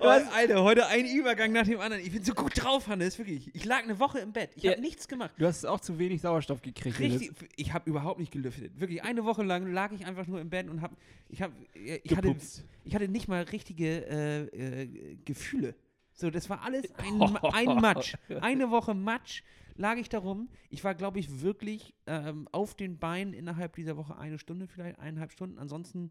Speaker 1: Was? Oh, Alter, heute ein Übergang nach dem anderen. Ich bin so gut drauf, Hannes, wirklich. Ich lag eine Woche im Bett. Ich
Speaker 2: Ja.
Speaker 1: habe nichts gemacht.
Speaker 2: Du hast auch zu wenig Sauerstoff gekriegt.
Speaker 1: Richtig, ich habe überhaupt nicht gelüftet. Wirklich, eine Woche lang lag ich einfach nur im Bett und habe, ich habe, ich hatte,
Speaker 2: Gepupst.
Speaker 1: ich hatte nicht mal richtige äh, äh, Gefühle. So, das war alles ein, ein Matsch. Eine Woche Matsch lag ich darum. Ich war, glaube ich, wirklich ähm, auf den Beinen innerhalb dieser Woche eine Stunde, vielleicht eineinhalb Stunden. Ansonsten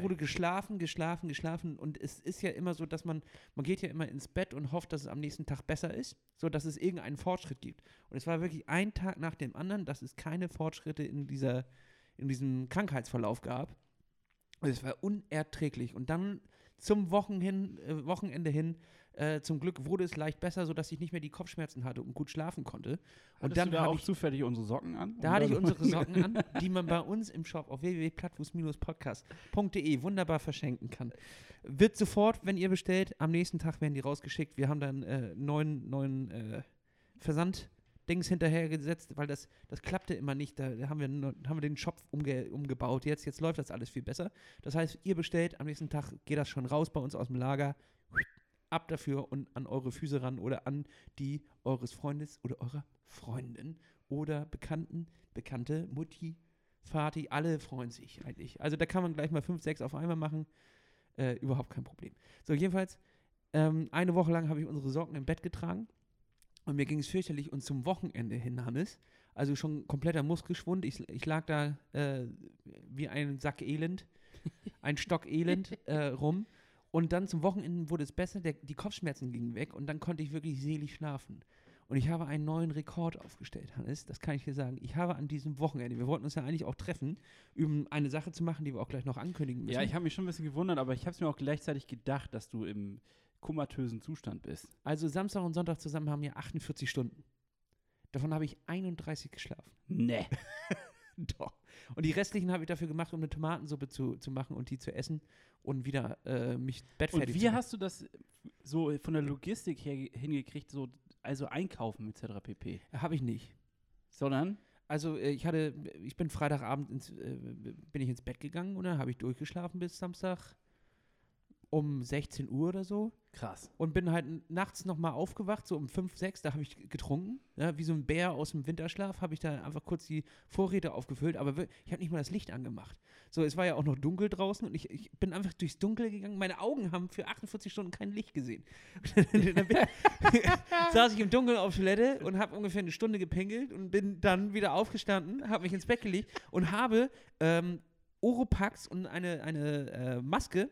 Speaker 1: wurde geschlafen, geschlafen, geschlafen. Und es ist ja immer so, dass man, man geht ja immer ins Bett und hofft, dass es am nächsten Tag besser ist, so dass es irgendeinen Fortschritt gibt. Und es war wirklich ein Tag nach dem anderen, dass es keine Fortschritte in dieser, in diesem Krankheitsverlauf gab. Und es war unerträglich. Und dann zum Wochen hin, äh, Wochenende hin, äh, zum Glück wurde es leicht besser, sodass ich nicht mehr die Kopfschmerzen hatte und gut schlafen konnte.
Speaker 2: Und
Speaker 1: Und
Speaker 2: dann
Speaker 1: dann
Speaker 2: du da
Speaker 1: hab
Speaker 2: auch
Speaker 1: ich-
Speaker 2: zufällig unsere Socken an. um
Speaker 1: Da
Speaker 2: Und
Speaker 1: hatte ich
Speaker 2: dann-
Speaker 1: unsere Socken an, die man bei uns im Shop auf www.plattfuß-podcast.de wunderbar verschenken kann. Wird sofort, wenn ihr bestellt, am nächsten Tag werden die rausgeschickt. Wir haben dann äh, neuen, neuen äh, Versand-Dings hinterhergesetzt, weil das, das klappte immer nicht. Da haben wir, neu- haben wir den Shop umge umgebaut. Jetzt, jetzt läuft das alles viel besser. Das heißt, ihr bestellt, am nächsten Tag geht das schon raus bei uns aus dem Lager. Ab dafür und an eure Füße ran oder an die eures Freundes oder eurer Freundin oder Bekannten, Bekannte, Mutti, Vati, alle freuen sich eigentlich. Also da kann man gleich mal fünf, sechs auf einmal machen. Äh, überhaupt kein Problem. So, jedenfalls, ähm, eine Woche lang habe ich unsere Socken im Bett getragen und mir ging es fürchterlich und zum Wochenende hin, Hannes, also schon kompletter Muskelschwund. Ich, ich lag da äh, wie ein Sack Elend, ein Stock Elend äh, rum. Und dann zum Wochenende wurde es besser, der, die Kopfschmerzen gingen weg und dann konnte ich wirklich selig schlafen. Und ich habe einen neuen Rekord aufgestellt, Hannes. Das kann ich dir sagen. Ich habe an diesem Wochenende, wir wollten uns ja eigentlich auch treffen, um eine Sache zu machen, die wir auch gleich noch ankündigen müssen.
Speaker 2: Ja, ich habe mich schon ein bisschen gewundert, aber ich habe es mir auch gleichzeitig gedacht, dass du im komatösen Zustand bist.
Speaker 1: also Samstag und Sonntag zusammen haben wir 48 Stunden. Davon habe ich 31 geschlafen.
Speaker 2: Nee.
Speaker 1: Doch. Und die restlichen habe ich dafür gemacht, um eine Tomatensuppe zu, zu machen und die zu essen und wieder äh, mich
Speaker 2: Und
Speaker 1: bettfertig zu
Speaker 2: wie hast du das so von der Logistik her hingekriegt, so also einkaufen etc. pp.
Speaker 1: Habe ich nicht.
Speaker 2: Sondern
Speaker 1: Also äh, ich hatte, ich bin Freitagabend ins, äh, bin ich ins Bett gegangen und dann habe ich durchgeschlafen bis Samstag um 16 Uhr oder so
Speaker 2: krass.
Speaker 1: und bin halt n- nachts nochmal aufgewacht, so um 5, 6, da habe ich getrunken, ja, wie so ein Bär aus dem Winterschlaf, habe ich da einfach kurz die Vorräte aufgefüllt, aber wir- ich habe nicht mal das Licht angemacht. So, es war ja auch noch dunkel draußen und ich, ich bin einfach durchs Dunkel gegangen, meine Augen haben für 48 Stunden kein Licht gesehen. Dann bin- saß ich im Dunkeln auf Toilette und habe ungefähr eine Stunde gepinkelt und bin dann wieder aufgestanden, habe mich ins Bett gelegt und habe ähm, Oropax und eine, eine äh, Maske,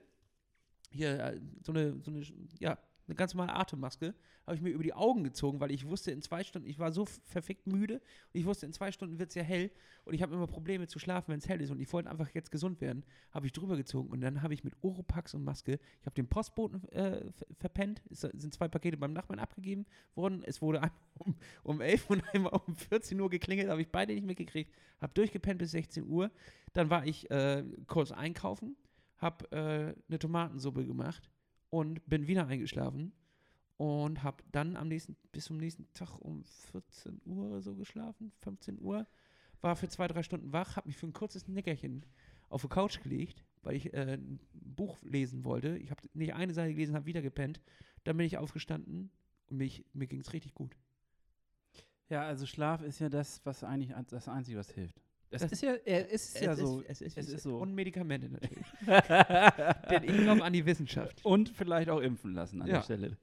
Speaker 1: hier äh, so eine, so eine, ja, eine ganz normale Atemmaske, habe ich mir über die Augen gezogen, weil ich wusste, in zwei Stunden, ich war so verfickt müde und ich wusste, in zwei Stunden wird es ja hell und ich habe immer Probleme zu schlafen, wenn es hell ist und ich wollte einfach jetzt gesund werden, habe ich drüber gezogen und dann habe ich mit Oropax und Maske, ich habe den Postboten äh, ver- verpennt, es sind zwei Pakete beim Nachbarn abgegeben worden, es wurde einmal um, um 11 und einmal um 14 Uhr geklingelt, habe ich beide nicht mitgekriegt, habe durchgepennt bis 16 Uhr, dann war ich äh, kurz einkaufen, habe äh, eine Tomatensuppe gemacht und bin wieder eingeschlafen und habe dann am nächsten bis zum nächsten Tag um 14 Uhr oder so geschlafen, 15 Uhr, war für zwei drei Stunden wach, habe mich für ein kurzes Nickerchen auf die Couch gelegt, weil ich äh, ein Buch lesen wollte. Ich habe nicht eine Seite gelesen, habe wieder gepennt. Dann bin ich aufgestanden und mich, mir ging es richtig gut.
Speaker 2: Ja, also Schlaf ist ja das, was eigentlich an- das Einzige, was hilft. Es
Speaker 1: Das-
Speaker 2: ist ja, äh, es ist ja so.
Speaker 1: es ist,
Speaker 2: es ist so.
Speaker 1: Und Medikamente natürlich. Denn ich glaube an die Wissenschaft.
Speaker 2: Und vielleicht auch impfen lassen an
Speaker 1: Ja.
Speaker 2: der Stelle.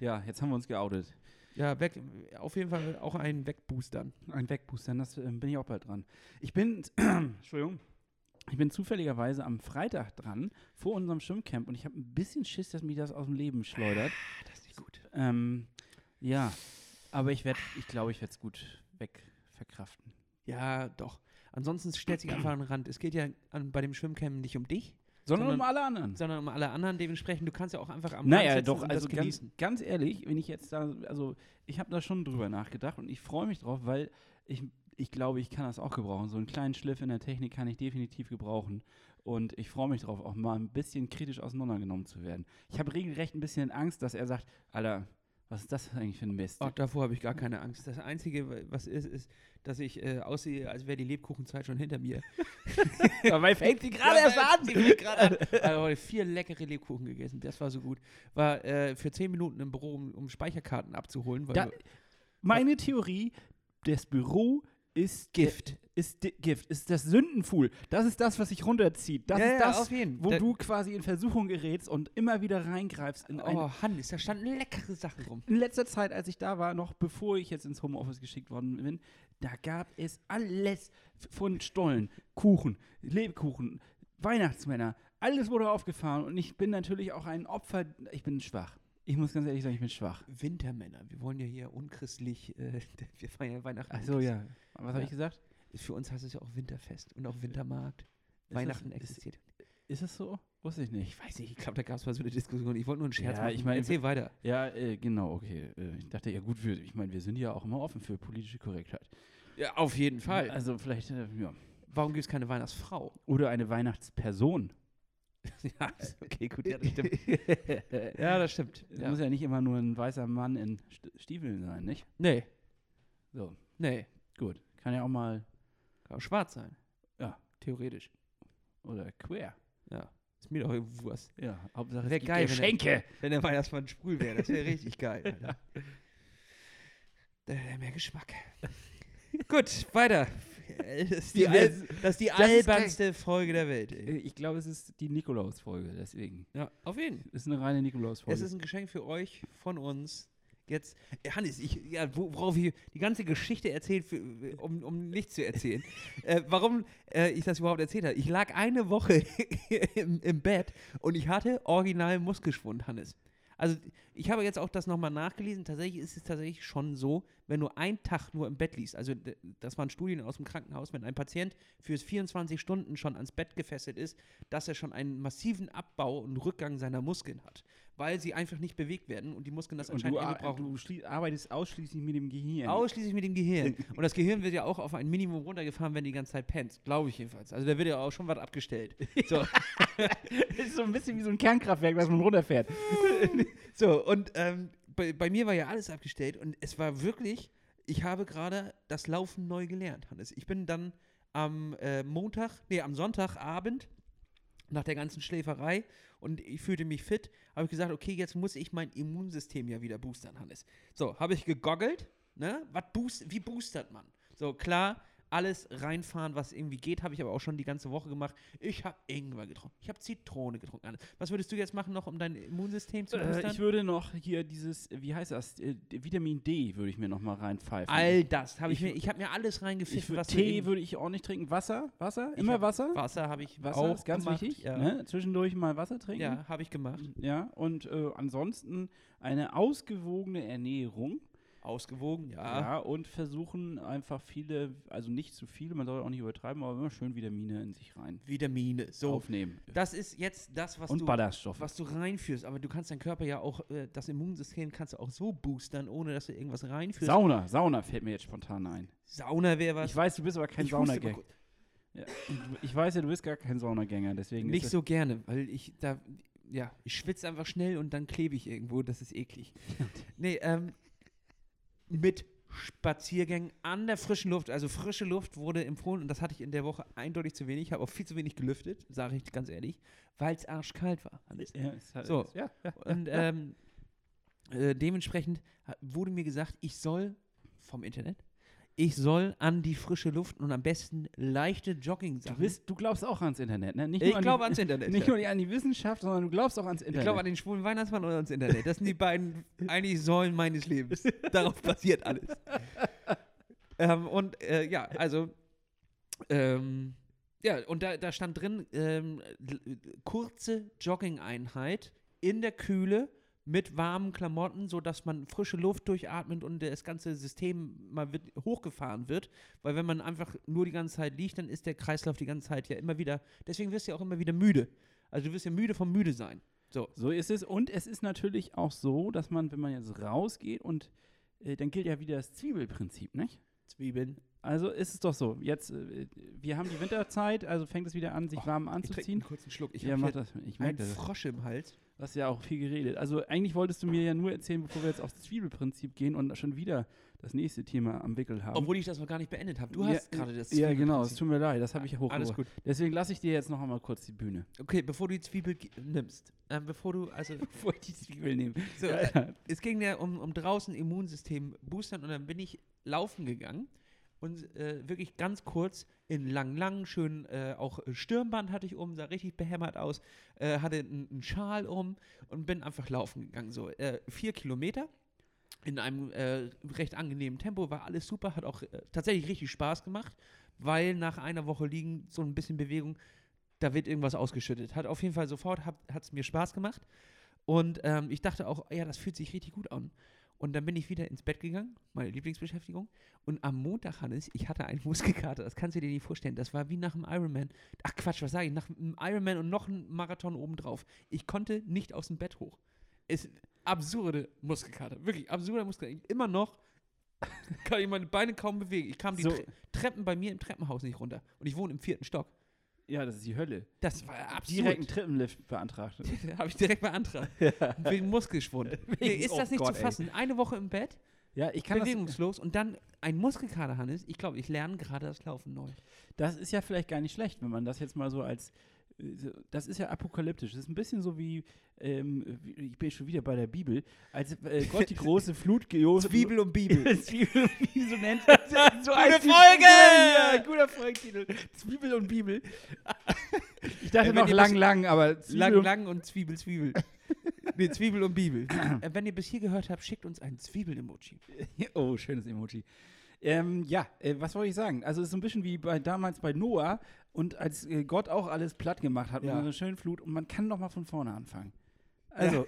Speaker 2: Ja, jetzt haben wir uns geoutet.
Speaker 1: Ja, weg, auf jeden Fall auch einen Wegboostern.
Speaker 2: Ein Wegboostern, das ähm, bin ich auch bald dran. Ich bin, Entschuldigung, ich bin zufälligerweise am Freitag dran, vor unserem Schwimmcamp und ich habe ein bisschen Schiss, dass mich das aus dem Leben schleudert.
Speaker 1: Das ist nicht gut.
Speaker 2: Ähm, ja, aber ich werde, ich glaube, ich werde es gut wegverkraften.
Speaker 1: Ja, doch. Ansonsten stellt sich einfach an den Rand. Es geht ja an, bei dem Schwimmcamp nicht um dich,
Speaker 2: Sondern,
Speaker 1: Sondern-
Speaker 2: um alle anderen.
Speaker 1: sondern um alle anderen. Dementsprechend, du kannst ja auch einfach am
Speaker 2: Naja,
Speaker 1: Rand sitzen
Speaker 2: doch,
Speaker 1: und
Speaker 2: also
Speaker 1: das
Speaker 2: ganz,
Speaker 1: genießen.
Speaker 2: ganz ehrlich, wenn ich jetzt da, also ich habe da schon drüber nachgedacht und ich freue mich drauf, weil ich, ich glaube, ich kann das auch gebrauchen. So einen kleinen Schliff in der Technik kann ich definitiv gebrauchen. Und ich freue mich drauf, auch mal ein bisschen kritisch auseinandergenommen zu werden. Ich habe regelrecht ein bisschen Angst, dass er sagt, Alter, was ist das eigentlich für ein Mist?
Speaker 1: Oh, davor habe ich gar keine Angst. Das Einzige, wa- was ist, ist, dass ich äh, aussehe, als wäre die Lebkuchenzeit schon hinter mir.
Speaker 2: Dabei fängt sie
Speaker 1: Ja, weil- die fängt gerade an. Also heute vier leckere Lebkuchen gegessen. Das war so gut. War äh, für zehn Minuten im Büro, um, um Speicherkarten abzuholen. Weil
Speaker 2: Da,
Speaker 1: wir-
Speaker 2: meine Theorie, das Büro ist
Speaker 1: Gift.
Speaker 2: Ist di- Gift, ist das Sündenfuhl. Das ist das, was sich runterzieht. Das
Speaker 1: Ja,
Speaker 2: ist
Speaker 1: ja,
Speaker 2: das,
Speaker 1: auf jeden.
Speaker 2: wo
Speaker 1: Da-
Speaker 2: du quasi in Versuchung gerätst und immer wieder reingreifst in eine.
Speaker 1: oh, Hannes, da standen leckere Sachen rum.
Speaker 2: In letzter Zeit, als ich da war, noch bevor ich jetzt ins Homeoffice geschickt worden bin, da gab es alles von Stollen, Kuchen, Lebkuchen, Weihnachtsmänner. Alles wurde aufgefahren und ich bin natürlich auch ein Opfer. Ich bin schwach. Ich muss ganz ehrlich sagen, ich bin schwach.
Speaker 1: Wintermänner. Wir wollen ja hier unchristlich, äh, wir feiern ja Weihnachten.
Speaker 2: Ach so, Also, ja. Was habe
Speaker 1: Ja.
Speaker 2: ich gesagt?
Speaker 1: Für uns heißt es ja auch Winterfest und auch Wintermarkt.
Speaker 2: das-
Speaker 1: Weihnachten
Speaker 2: ist-
Speaker 1: existiert.
Speaker 2: Ist das so? Wusste ich nicht.
Speaker 1: ich weiß nicht, ich glaube, da gab es mal so eine Diskussion. Ich wollte nur einen Scherz
Speaker 2: Ja,
Speaker 1: machen.
Speaker 2: ich meine-
Speaker 1: Erzähl weiter.
Speaker 2: Ja, äh, genau, okay. Äh, ich dachte, ja gut, wir, ich meine, wir sind ja auch immer offen für politische Korrektheit.
Speaker 1: Ja, auf jeden
Speaker 2: Also vielleicht, äh, ja.
Speaker 1: Warum gibt es keine Weihnachtsfrau?
Speaker 2: Oder eine Weihnachtsperson.
Speaker 1: ja, okay, gut, ja, das stimmt. ja, das stimmt.
Speaker 2: Es
Speaker 1: Ja.
Speaker 2: Äh, muss ja nicht immer nur ein weißer Mann in St Stiefeln sein, nicht?
Speaker 1: Nee,
Speaker 2: So,
Speaker 1: nee.
Speaker 2: gut. Kann ja auch mal,
Speaker 1: Kann auch schwarz sein.
Speaker 2: Ja.
Speaker 1: Theoretisch.
Speaker 2: oder queer.
Speaker 1: Ja. Ist mir doch Wurst.
Speaker 2: Ja, Hauptsache es
Speaker 1: Wär
Speaker 2: gibt
Speaker 1: geil, wenn er-
Speaker 2: Geschenke.
Speaker 1: Wenn der Weihnachtsmann sprüh wäre, das wäre richtig geil. Alter. Da hätte er mehr Geschmack. Gut, weiter. Das ist die,
Speaker 2: Die
Speaker 1: al
Speaker 2: Welt-
Speaker 1: das ist die
Speaker 2: das ist
Speaker 1: albernste Folge der Welt. Ey.
Speaker 2: Äh, Ich glaube, es ist die Nikolaus-Folge, deswegen.
Speaker 1: Ja, auf jeden
Speaker 2: Es ist eine reine
Speaker 1: Es
Speaker 2: Nikolaus-Folge.
Speaker 1: ist ein Geschenk für euch, von uns. Jetzt, Ja, Hannes, ich, ja, wo- worauf ich die ganze Geschichte erzählt, für, um, um nichts zu erzählen. äh, warum äh, ich das überhaupt erzählt habe? Ich lag eine Woche im, im Bett und ich hatte original Muskelschwund, Hannes. Also ich habe jetzt auch das nochmal nachgelesen. Tatsächlich ist es tatsächlich schon so, wenn du einen Tag nur im Bett liegst, also d- das waren Studien aus dem Krankenhaus, wenn ein Patient für 24 Stunden schon ans Bett gefesselt ist, dass er schon einen massiven Abbau und Rückgang seiner Muskeln hat, weil sie einfach nicht bewegt werden und die Muskeln das
Speaker 2: Und du,
Speaker 1: anscheinend eben
Speaker 2: ar-
Speaker 1: brauchen.
Speaker 2: du schlie- arbeitest ausschließlich mit dem Gehirn.
Speaker 1: Ausschließlich mit dem Gehirn. Und das Gehirn wird ja auch auf ein Minimum runtergefahren, wenn du die ganze Zeit pennst. Glaube ich jedenfalls. Also da wird ja auch schon was abgestellt. So.
Speaker 2: das ist so ein bisschen wie so ein Kernkraftwerk, das man runterfährt.
Speaker 1: So, und ähm, bei, bei mir war ja alles abgestellt und es war wirklich, ich habe gerade das Laufen neu gelernt, Hannes. Ich bin dann am äh, Montag, nee, am Sonntagabend nach der ganzen Schläferei und ich fühlte mich fit, habe ich gesagt, okay, jetzt muss ich mein Immunsystem ja wieder boostern, Hannes. So, habe ich gegoggelt, ne? Was boost, wie boostert man? So, klar, alles reinfahren, was irgendwie geht, habe ich aber auch schon die ganze Woche gemacht. Ich habe Ingwer getrunken, ich habe Zitrone getrunken, Hannes. Was würdest du jetzt machen noch, um dein Immunsystem zu boostern?
Speaker 2: Äh, ich würde noch hier dieses, äh, wie heißt das, äh, d- Vitamin D würde ich mir noch mal reinpfeifen.
Speaker 1: All das habe ich,
Speaker 2: Ich
Speaker 1: mir, ich habe mir alles
Speaker 2: ich
Speaker 1: reingepfiffen,
Speaker 2: würd,
Speaker 1: was
Speaker 2: Tee würde ich auch nicht trinken. Wasser, Wasser,
Speaker 1: Ich
Speaker 2: immer
Speaker 1: hab
Speaker 2: Wasser.
Speaker 1: Wasser habe ich
Speaker 2: Wasser
Speaker 1: auch
Speaker 2: ist ganz
Speaker 1: gemacht,
Speaker 2: wichtig.
Speaker 1: Ja,
Speaker 2: Ne? Zwischendurch mal Wasser trinken. Mhm.
Speaker 1: ja habe ich gemacht.
Speaker 2: Ja, und äh, ansonsten eine ausgewogene Ernährung.
Speaker 1: Ausgewogen, ja.
Speaker 2: Ja, und versuchen einfach viele, also nicht zu viele, man soll auch nicht übertreiben, aber immer schön Vitamine in sich rein
Speaker 1: Vitamine, so.
Speaker 2: aufnehmen.
Speaker 1: Das ist jetzt das, was
Speaker 2: und
Speaker 1: du
Speaker 2: Ballaststoffe.
Speaker 1: was du reinführst, aber du kannst deinen Körper ja auch äh, das Immunsystem kannst du auch so boostern, ohne dass du irgendwas reinführst.
Speaker 2: Sauna, Sauna fällt mir jetzt spontan ein.
Speaker 1: Sauna wäre was.
Speaker 2: Ich weiß, du bist aber kein
Speaker 1: Ich huste mal
Speaker 2: Saunagänger.
Speaker 1: kurz.
Speaker 2: Ja. Du- Ich weiß ja, du bist gar kein Saunagänger, deswegen
Speaker 1: Nicht
Speaker 2: ist
Speaker 1: so gerne, weil ich da ja, ich schwitze einfach schnell und dann klebe ich irgendwo, das ist eklig. nee, ähm, mit Spaziergängen an der frischen Luft. Also frische Luft wurde empfohlen und das hatte ich in der Woche eindeutig zu wenig. Ich habe auch viel zu wenig gelüftet, sage ich ganz ehrlich, weil es arschkalt war. Alles.
Speaker 2: das, ja, ist halt,
Speaker 1: So.
Speaker 2: ist- ja, ja.
Speaker 1: Und ähm, äh, dementsprechend ha- wurde mir gesagt, ich soll vom Internet, ich soll an die frische Luft und am besten leichte
Speaker 2: Du,
Speaker 1: Jogging-Sachen.
Speaker 2: bist, du glaubst auch ans Internet, ne? Nicht nur
Speaker 1: ich
Speaker 2: an die-
Speaker 1: glaube ans Internet.
Speaker 2: Nicht
Speaker 1: ja.
Speaker 2: nur an die Wissenschaft, sondern du glaubst auch ans Internet.
Speaker 1: Ich glaube an den schwulen Weihnachtsmann oder ans Internet. Das sind die beiden eigentlich Säulen meines Lebens. Darauf basiert alles. ähm, und äh, ja, also ähm, ja, und da, da stand drin ähm, l- kurze Jogging-Einheit in der Kühle mit warmen Klamotten, sodass man frische Luft durchatmet und das ganze System mal wird, hochgefahren wird. Weil wenn man einfach nur die ganze Zeit liegt, dann ist der Kreislauf die ganze Zeit ja immer wieder, deswegen wirst du ja auch immer wieder müde. Also du wirst ja müde vom müde sein. So.
Speaker 2: So ist es. Und es ist natürlich auch so, dass man, wenn man jetzt rausgeht und äh, dann gilt ja wieder das Zwiebelprinzip, nicht?
Speaker 1: Zwiebeln.
Speaker 2: Also ist es doch so. Jetzt, äh, wir haben die Winterzeit, also fängt es wieder an, sich
Speaker 1: Oh,
Speaker 2: warm
Speaker 1: Ich trinke einen
Speaker 2: anzuziehen.
Speaker 1: kurzen Schluck. Ich
Speaker 2: ja,
Speaker 1: habe
Speaker 2: mach
Speaker 1: hier
Speaker 2: das. Ich
Speaker 1: einen
Speaker 2: merke das.
Speaker 1: Frosch im Hals.
Speaker 2: Du hast ja auch viel geredet. Also eigentlich wolltest du mir ja nur erzählen, bevor wir jetzt aufs Zwiebelprinzip gehen und schon wieder das nächste Thema am Wickel haben.
Speaker 1: Obwohl ich das noch gar nicht beendet habe. Du
Speaker 2: ja,
Speaker 1: hast gerade das
Speaker 2: Ja, genau. Es
Speaker 1: Zwiebelprinzip.
Speaker 2: tut mir leid, das habe ich
Speaker 1: Alles
Speaker 2: hochgehoben.
Speaker 1: gut.
Speaker 2: Deswegen lasse ich dir jetzt noch einmal kurz die Bühne.
Speaker 1: Okay, bevor du die Zwiebel ge- nimmst, ähm, bevor du, also,
Speaker 2: Bevor ich die Zwiebel nehme.
Speaker 1: so, äh, es ging ja um, um draußen Immunsystem boostern und dann bin ich laufen gegangen und äh, wirklich ganz kurz in lang, lang, schön, äh, auch Stirnband hatte ich um, sah richtig behämmert aus, äh, hatte einen einen Schal um und bin einfach laufen gegangen, so äh, vier Kilometer. In einem äh, recht angenehmen Tempo war alles super, hat auch äh, tatsächlich richtig Spaß gemacht, weil nach einer Woche liegen so ein bisschen Bewegung da wird irgendwas ausgeschüttet. Hat auf jeden Fall sofort, hat es mir Spaß gemacht. Und ähm, ich dachte auch, ja, das fühlt sich richtig gut an. Und dann bin ich wieder ins Bett gegangen, meine Lieblingsbeschäftigung. Und am Montag, Hannes, ich hatte einen Muskelkater, das kannst du dir nicht vorstellen. Das war wie nach einem Ironman. Ach Quatsch, was sage ich? Nach einem Ironman und noch einem Marathon obendrauf. Ich konnte nicht aus dem Bett hoch. Es, absurde Muskelkater, wirklich absurde Muskelkater. Immer noch kann ich meine Beine kaum bewegen. Ich kam die
Speaker 2: So.
Speaker 1: Tre Treppen bei mir im Treppenhaus nicht runter. Und ich wohne im vierten Stock.
Speaker 2: Ja, das ist die Hölle.
Speaker 1: Das war Äh, absolut.
Speaker 2: Äh, Direkt einen Trippenlift beantragt.
Speaker 1: Habe ich direkt beantragt. Wegen Muskelschwund. Nee, ist
Speaker 2: oh
Speaker 1: das nicht
Speaker 2: Gott,
Speaker 1: zu
Speaker 2: ey.
Speaker 1: fassen? Eine Woche im Bett,
Speaker 2: Ja, ich kann das,
Speaker 1: bewegungslos und dann ein Muskelkater, Hannes. Ich glaube, ich lerne gerade das Laufen neu.
Speaker 2: das ist ja vielleicht gar nicht schlecht, wenn man das jetzt mal so als äh, so- das ist ja apokalyptisch. Das ist ein bisschen so wie, ähm, wie ich bin schon wieder bei der Bibel, als äh, Gott die große Flut gejost.
Speaker 1: und Bibel.
Speaker 2: Zwiebel und Bibel, so nennt man so
Speaker 1: Gute
Speaker 2: heißt die-
Speaker 1: Folge!
Speaker 2: Ja, guter Folgetitel. Zwiebel und Bibel. Ich dachte
Speaker 1: Äh, wenn
Speaker 2: noch
Speaker 1: ihr
Speaker 2: lang,
Speaker 1: bis-
Speaker 2: lang, aber Zwiebel
Speaker 1: Lang,
Speaker 2: und-
Speaker 1: lang und Zwiebel, Zwiebel. nee, Zwiebel und Bibel. äh, wenn ihr bis hier gehört habt, schickt uns ein Zwiebel-Emoji.
Speaker 2: Oh, schönes Emoji. Ähm, ja, äh, was wollte ich sagen? Also, es ist so ein bisschen wie bei, damals bei Noah und als äh, Gott auch alles platt gemacht hat
Speaker 1: Ja.
Speaker 2: mit einer schönen Flut und man kann noch mal von vorne anfangen. Also,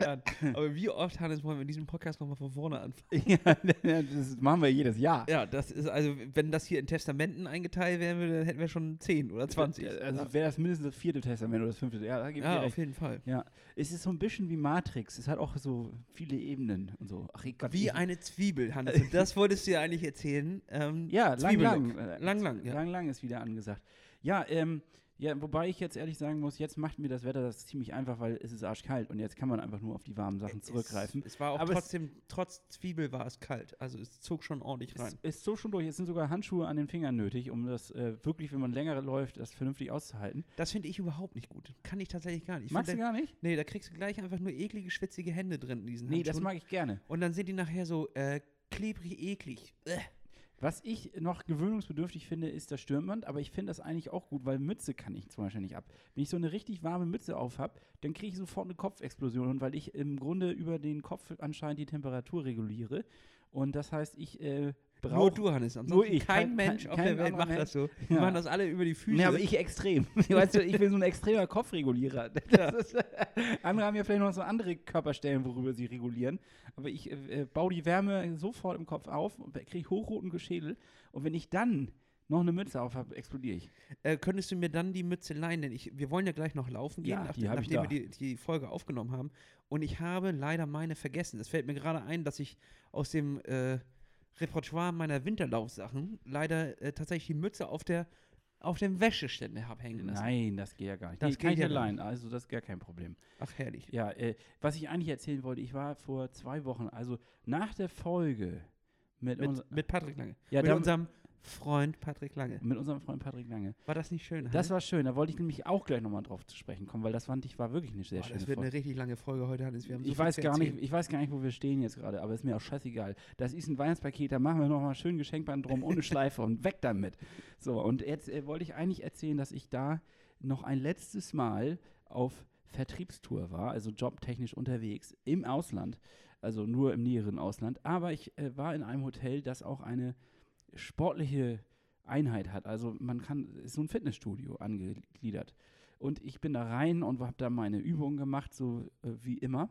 Speaker 1: Jahren. Aber wie oft, Hannes, wollen wir in diesem Podcast nochmal von vorne anfangen?
Speaker 2: ja, das machen wir jedes Jahr.
Speaker 1: Ja, das ist also, wenn das hier in Testamenten eingeteilt wären würde, dann hätten wir schon 10 oder 20.
Speaker 2: Also wäre das mindestens das vierte Testament oder das fünfte. Ja, da gebe ich
Speaker 1: ja,
Speaker 2: dir
Speaker 1: auf
Speaker 2: recht.
Speaker 1: jeden Fall.
Speaker 2: Ja, es ist so ein bisschen wie Matrix. Es hat auch so viele Ebenen und so. Ach, ich- Gott,
Speaker 1: Wie
Speaker 2: ich-
Speaker 1: eine Zwiebel, Hannes. Und das wolltest du ja eigentlich erzählen. Ähm,
Speaker 2: ja, lang,
Speaker 1: Zwiebellock.
Speaker 2: lang, äh,
Speaker 1: Lang, lang, ja.
Speaker 2: lang, lang ist wieder angesagt. Ja, ähm, ja, wobei ich jetzt ehrlich sagen muss, jetzt macht mir das Wetter das ziemlich einfach, weil es ist arschkalt und jetzt kann man einfach nur auf die warmen Sachen zurückgreifen.
Speaker 1: Es, es war auch
Speaker 2: Aber es-
Speaker 1: trotzdem, trotz Zwiebel war es kalt. Also es zog schon ordentlich rein.
Speaker 2: Es ist so schon durch. Es sind sogar Handschuhe an den Fingern nötig, um das äh, wirklich, wenn man länger läuft, das vernünftig auszuhalten.
Speaker 1: Das finde ich überhaupt nicht gut. Kann ich tatsächlich gar nicht. Ich
Speaker 2: Magst du
Speaker 1: find,
Speaker 2: gar nicht?
Speaker 1: Nee, da kriegst du gleich einfach nur eklige, schwitzige Hände drin in diesen
Speaker 2: Nee, das
Speaker 1: Handschuhen.
Speaker 2: mag ich gerne.
Speaker 1: Und dann sind die nachher so äh, klebrig, eklig. Äh.
Speaker 2: Was ich noch gewöhnungsbedürftig finde, ist das Stirnband, aber ich finde das eigentlich auch gut, weil Mütze kann ich zum Beispiel nicht ab. Wenn ich so eine richtig warme Mütze auf habe, dann kriege ich sofort eine Kopfexplosion, und weil ich im Grunde über den Kopf anscheinend die Temperatur reguliere. Und das heißt, ich äh,
Speaker 1: Nur
Speaker 2: brauche.
Speaker 1: du, Hannes. Ansonsten
Speaker 2: ich.
Speaker 1: Kein,
Speaker 2: Kein-
Speaker 1: Mensch
Speaker 2: kein-
Speaker 1: auf der
Speaker 2: kein
Speaker 1: Welt
Speaker 2: anderer
Speaker 1: macht
Speaker 2: Mensch.
Speaker 1: das so. Die
Speaker 2: Ja.
Speaker 1: machen das alle über die Füße.
Speaker 2: Nee, aber ich extrem. Weißt du, ich bin so ein extremer Kopfregulierer. Das ist, äh, andere haben ja vielleicht noch so andere Körperstellen, worüber sie regulieren. Aber ich äh, äh, baue die Wärme sofort im Kopf auf, kriege hochroten Schädel. Und wenn ich dann noch eine Mütze auf habe, explodiere ich.
Speaker 1: äh, könntest du mir dann die Mütze leihen? Denn ich, wir wollen ja gleich noch laufen gehen,
Speaker 2: Ja,
Speaker 1: nach,
Speaker 2: die hab ich
Speaker 1: nachdem wir
Speaker 2: da.
Speaker 1: die, die Folge aufgenommen haben. Und ich habe leider meine vergessen. Es fällt mir gerade ein, dass ich aus dem äh, Repertoire meiner Winterlaufsachen leider äh, tatsächlich die Mütze auf der auf dem Wäscheständer habe hängen lassen.
Speaker 2: Nein, das geht ja gar nicht.
Speaker 1: Das
Speaker 2: Das kann
Speaker 1: geht
Speaker 2: ich
Speaker 1: ja
Speaker 2: ja
Speaker 1: gar
Speaker 2: allein, also das ist gar kein Problem.
Speaker 1: Ach, herrlich.
Speaker 2: Ja, äh, was ich eigentlich erzählen wollte, ich war vor zwei Wochen, also nach der Folge mit, unser,
Speaker 1: Mit, mit Patrick Lange.
Speaker 2: ja,
Speaker 1: mit
Speaker 2: da-
Speaker 1: unserem Freund Patrick Lange.
Speaker 2: mit unserem Freund Patrick Lange.
Speaker 1: War das nicht schön?
Speaker 2: Das
Speaker 1: Hannes?
Speaker 2: war schön, da wollte ich nämlich auch gleich nochmal drauf zu sprechen kommen, weil das fand ich war wirklich eine sehr
Speaker 1: Boah,
Speaker 2: schöne
Speaker 1: Oh, das wird
Speaker 2: Folge.
Speaker 1: eine richtig lange Folge heute, Hannes. Wir haben so
Speaker 2: ich
Speaker 1: viel
Speaker 2: weiß,
Speaker 1: zu
Speaker 2: gar nicht,
Speaker 1: erzählen.
Speaker 2: ich weiß gar nicht, wo wir stehen jetzt gerade, aber ist mir auch scheißegal. Das ist ein Weihnachtspaket, da machen wir nochmal schön Geschenkband drum, ohne Schleife und weg damit. So, und jetzt äh, wollte ich eigentlich erzählen, dass ich da noch ein letztes Mal auf Vertriebstour war, also jobtechnisch unterwegs im Ausland, also nur im näheren Ausland. Aber ich äh, war in einem Hotel, das auch eine sportliche Einheit hat. Also man kann, ist so ein Fitnessstudio angegliedert. Und ich bin da rein und habe da meine Übungen gemacht, so äh, wie immer.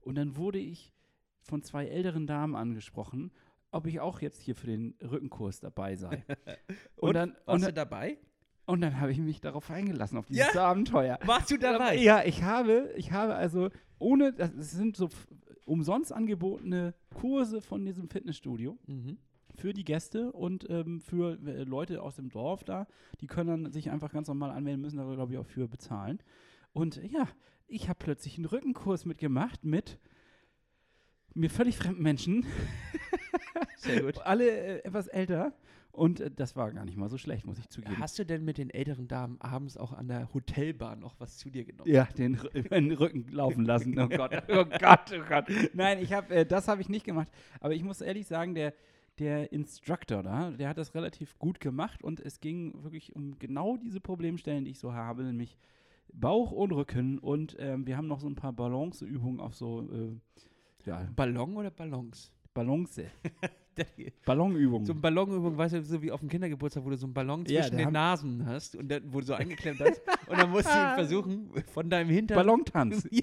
Speaker 2: Und dann wurde ich von zwei älteren Damen angesprochen, ob ich auch jetzt hier für den Rückenkurs dabei sei. und,
Speaker 1: Und,
Speaker 2: dann, und,
Speaker 1: Warst du
Speaker 2: dann-
Speaker 1: dabei?
Speaker 2: und dann habe ich mich darauf eingelassen, auf dieses
Speaker 1: Ja.
Speaker 2: Abenteuer.
Speaker 1: Warst du dabei?
Speaker 2: Ja, eh. ich habe, ich habe also ohne, das es sind so f- umsonst angebotene Kurse von diesem Fitnessstudio
Speaker 1: Mhm.
Speaker 2: für die Gäste und ähm, für äh, Leute aus dem Dorf da. Die können dann sich einfach ganz normal anmelden, müssen da, glaube ich, auch für bezahlen. Und äh, ja, ich habe plötzlich einen Rückenkurs mitgemacht mit mir völlig fremden Menschen,
Speaker 1: Sehr gut.
Speaker 2: alle äh, etwas älter. Und äh, das war gar nicht mal so schlecht, muss ich zugeben.
Speaker 1: Hast du denn mit den älteren Damen abends auch an der Hotelbar noch was zu dir genommen?
Speaker 2: Ja, den, Rü- über den Rücken laufen lassen. Oh Gott, oh Gott, oh Gott. Nein, ich hab, äh, das habe ich nicht gemacht. Aber ich muss ehrlich sagen, der, der Instructor da, der hat das relativ gut gemacht und es ging wirklich um genau diese Problemstellen, die ich so habe, nämlich Bauch und Rücken. Und ähm, wir haben noch so ein paar Balanceübungen auf so, äh, ja,
Speaker 1: Ballon oder Ballons?
Speaker 2: Balance, Ballonübungen.
Speaker 1: So ein Ballonübung, weißt du, so wie auf dem Kindergeburtstag, wo du so einen Ballon
Speaker 2: Uh. Ja,
Speaker 1: zwischen
Speaker 2: da
Speaker 1: den
Speaker 2: haben-
Speaker 1: Nasen hast und dann, wo du so eingeklemmt hast. und dann musst du ihn versuchen, von deinem Hintern.
Speaker 2: Ballontanz.
Speaker 1: Ja.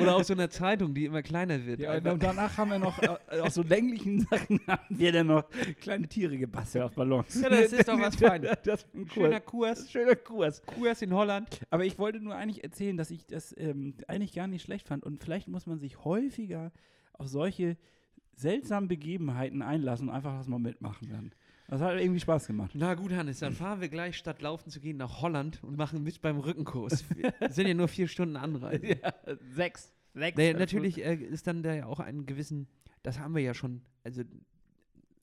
Speaker 1: oder auf so einer Zeitung, die immer kleiner wird.
Speaker 2: Ja, genau.
Speaker 1: Einfach-
Speaker 2: und danach haben wir noch, äh, aus so länglichen Sachen haben wir dann noch kleine Tiere gebastelt auf Ballons.
Speaker 1: Ja, das ist doch was Feines.
Speaker 2: Das ist ein
Speaker 1: Schöner
Speaker 2: Kurs.
Speaker 1: Kurs.
Speaker 2: Schöner Kurs.
Speaker 1: Kurs in Holland.
Speaker 2: Aber ich wollte nur eigentlich erzählen, dass ich das ähm, eigentlich gar nicht schlecht fand. Und vielleicht muss man sich häufiger auf solche seltsamen Begebenheiten einlassen und einfach das mal mitmachen dann. Das hat irgendwie Spaß gemacht.
Speaker 1: Na gut, Hannes, dann fahren wir gleich, statt laufen zu gehen, nach Holland und machen mit beim Rückenkurs. Wir sind ja nur vier Stunden Anreise.
Speaker 2: sechs. Sechs.
Speaker 1: Naja, natürlich äh, ist dann da ja auch einen gewissen, das haben wir ja schon, also,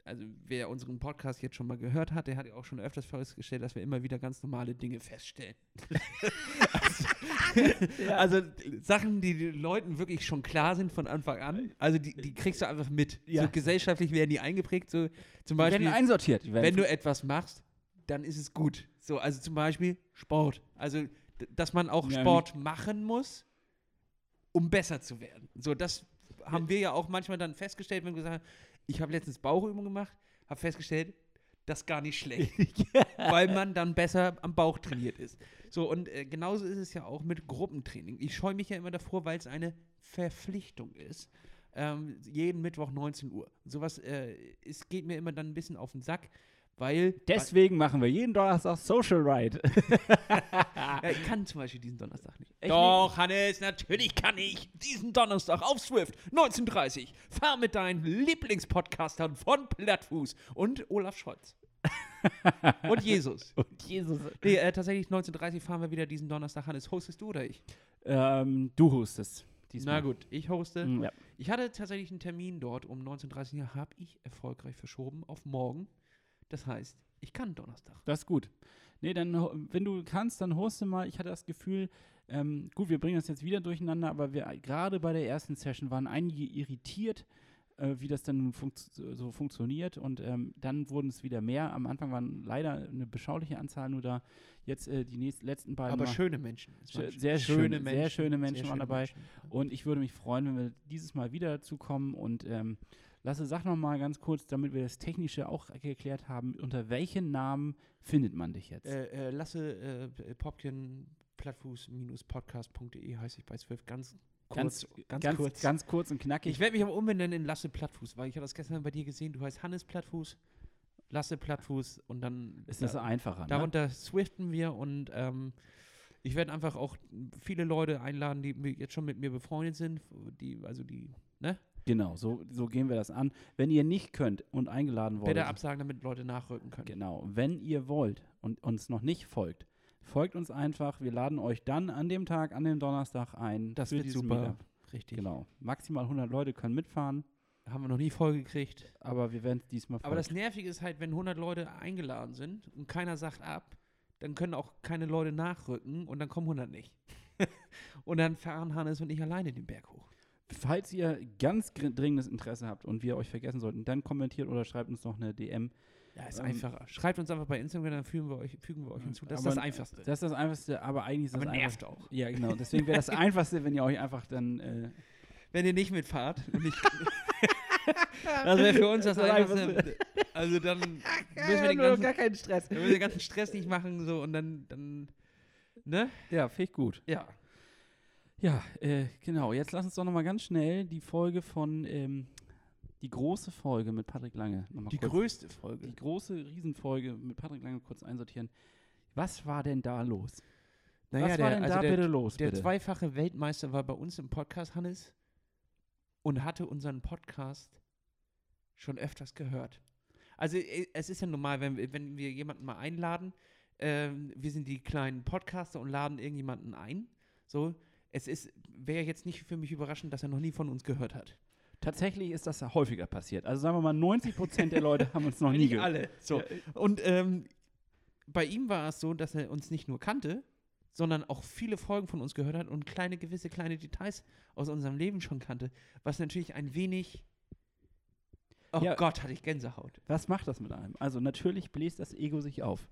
Speaker 1: also wer unseren Podcast jetzt schon mal gehört hat, der hat ja auch schon öfters festgestellt, dass wir immer wieder ganz normale Dinge feststellen. also, äh, Sachen, die den Leuten wirklich schon klar sind von Anfang an, also die, die kriegst du einfach mit.
Speaker 2: Ja.
Speaker 1: So gesellschaftlich werden die eingeprägt, so zum
Speaker 2: Die werden
Speaker 1: Beispiel,
Speaker 2: einsortiert. Die werden
Speaker 1: wenn du etwas machst, dann ist es gut. So, also zum Beispiel Sport. Also, d- dass man auch
Speaker 2: Ja,
Speaker 1: Sport machen muss, um besser zu werden. So, das haben wir ja auch manchmal dann festgestellt, wenn wir gesagt haben, ich habe letztens Bauchübungen gemacht, habe festgestellt, das ist gar nicht schlecht, weil man dann besser am Bauch trainiert ist. So, und äh, genauso ist es ja auch mit Gruppentraining. Ich scheue mich ja immer davor, weil es eine Verpflichtung ist. Ähm, jeden Mittwoch 19 Uhr. Sowas, äh, es geht mir immer dann ein bisschen auf den Sack, weil.
Speaker 2: Deswegen machen wir jeden Donnerstag Social Ride.
Speaker 1: Ja, äh, ich kann zum Beispiel diesen Donnerstag nicht.
Speaker 2: Echt
Speaker 1: Doch, Hannes, natürlich kann ich. Diesen Donnerstag auf Swift, 1930. Fahr mit deinen Lieblingspodcastern von Plattfuß und Olaf Scholz. und Jesus.
Speaker 2: Und Jesus.
Speaker 1: Nee, äh, tatsächlich 1930 fahren wir wieder diesen Donnerstag. Hannes, hostest du oder ich?
Speaker 2: Ähm, du hostest.
Speaker 1: Na gut, ich hoste.
Speaker 2: Mhm, ja.
Speaker 1: Ich hatte tatsächlich einen Termin dort um 19.30 Uhr, habe ich erfolgreich verschoben auf morgen. Das heißt, ich kann Donnerstag.
Speaker 2: Das ist gut. Nee, dann, ho- wenn du kannst, dann hoste mal. Ich hatte das Gefühl, ähm, gut, wir bringen das jetzt wieder durcheinander, aber wir gerade bei der ersten Session waren einige irritiert, äh, wie das dann nun funkt so funktioniert. Und ähm, dann wurden es wieder mehr. Am Anfang waren leider eine beschauliche Anzahl nur da. Jetzt äh, die nächsten, letzten beiden.
Speaker 1: Aber
Speaker 2: waren-
Speaker 1: schöne Menschen. Es waren
Speaker 2: Schö- sehr schöne, sehr schöne Menschen waren dabei.
Speaker 1: Menschen.
Speaker 2: Und ich würde mich freuen, wenn wir dieses Mal wieder dazu kommen und ähm, Lasse, sag noch mal ganz kurz, damit wir das Technische auch geklärt haben, unter welchen Namen findet man dich jetzt?
Speaker 1: Äh, äh, Lasse äh, Popkin plattfuß-podcast.de heiße ich bei Swift ganz kurz.
Speaker 2: ganz, ganz, ganz, kurz. ganz kurz und knackig.
Speaker 1: ich werde mich aber umbenennen in Lasse Plattfuß, weil ich habe das gestern bei dir gesehen. Du heißt Hannes Plattfuß, Lasse Plattfuß und dann
Speaker 2: ist das
Speaker 1: da,
Speaker 2: einfacher. Ne?
Speaker 1: darunter swiften wir und ähm, ich werde einfach auch viele Leute einladen, die mi- jetzt schon mit mir befreundet sind, die also die
Speaker 2: Genau, so, so gehen wir das an. Wenn ihr nicht könnt und eingeladen wollt,
Speaker 1: Blätter absagen, damit Leute nachrücken können.
Speaker 2: genau, wenn ihr wollt und uns noch nicht folgt, folgt uns einfach. Wir laden euch dann an dem Tag, an dem Donnerstag ein.
Speaker 1: Das
Speaker 2: für
Speaker 1: wird
Speaker 2: dieses
Speaker 1: super.
Speaker 2: Meetup.
Speaker 1: Richtig.
Speaker 2: Genau, maximal 100 Leute können mitfahren,
Speaker 1: Haben wir noch nie voll gekriegt.
Speaker 2: aber wir werden es diesmal.
Speaker 1: Aber
Speaker 2: voll-
Speaker 1: das Nervige ist halt, wenn 100 Leute eingeladen sind und keiner sagt ab, dann können auch keine Leute nachrücken und dann kommen 100 nicht. und dann fahren Hannes und ich alleine den Berg hoch.
Speaker 2: Falls ihr ganz gr- dringendes Interesse habt und wir euch vergessen sollten, dann kommentiert oder schreibt uns noch eine DM.
Speaker 1: Ja, ist
Speaker 2: Ähm,
Speaker 1: einfacher. Schreibt uns einfach bei Instagram, dann fügen wir euch, fügen wir euch hinzu. Das ist
Speaker 2: Aber
Speaker 1: das Einfachste.
Speaker 2: Das ist das Einfachste, aber eigentlich ist das
Speaker 1: Aber nervt
Speaker 2: einfach-
Speaker 1: auch.
Speaker 2: Ja, genau. Deswegen wäre das Einfachste, wenn ihr euch einfach dann. Äh,
Speaker 1: Wenn ihr nicht mitfahrt und nicht. das wäre für uns das,
Speaker 2: Das
Speaker 1: Einfachste. Also dann müssen wir den ganzen, dann
Speaker 2: keinen Stress.
Speaker 1: müssen wir den ganzen Stress nicht machen so und dann, dann ne?
Speaker 2: Ja, finde ich gut.
Speaker 1: Ja.
Speaker 2: Ja, äh, genau. Jetzt lass uns doch nochmal ganz schnell die Folge von. Ähm, die große Folge mit Patrick Lange. Noch mal
Speaker 1: Die
Speaker 2: kurz,
Speaker 1: größte Folge.
Speaker 2: die große Riesenfolge mit Patrick Lange kurz einsortieren. Was war denn da los? Was war denn da bitte los?
Speaker 1: also Der
Speaker 2: bitte?
Speaker 1: zweifache Weltmeister war bei uns im Podcast, Hannes, und hatte unseren Podcast schon öfters gehört. Also äh, es ist ja normal, wenn, wir- wenn wir jemanden mal einladen, ähm, wir sind die kleinen Podcaster und laden irgendjemanden ein. So, es ist, wäre jetzt nicht für mich überraschend, dass er noch nie von uns gehört hat.
Speaker 2: Tatsächlich ist das ja häufiger passiert. Also sagen wir mal, 90 Prozent der Leute haben uns noch nie
Speaker 1: Nicht
Speaker 2: gehört. äh,
Speaker 1: alle. So. Und ähm, bei ihm war es so, dass er uns nicht nur kannte, sondern auch viele Folgen von uns gehört hat und kleine, gewisse kleine Details aus unserem Leben schon kannte, was natürlich ein wenig. Oh
Speaker 2: Ja.
Speaker 1: Gott, hatte ich Gänsehaut.
Speaker 2: Was macht das mit einem? Also natürlich bläst das Ego sich auf.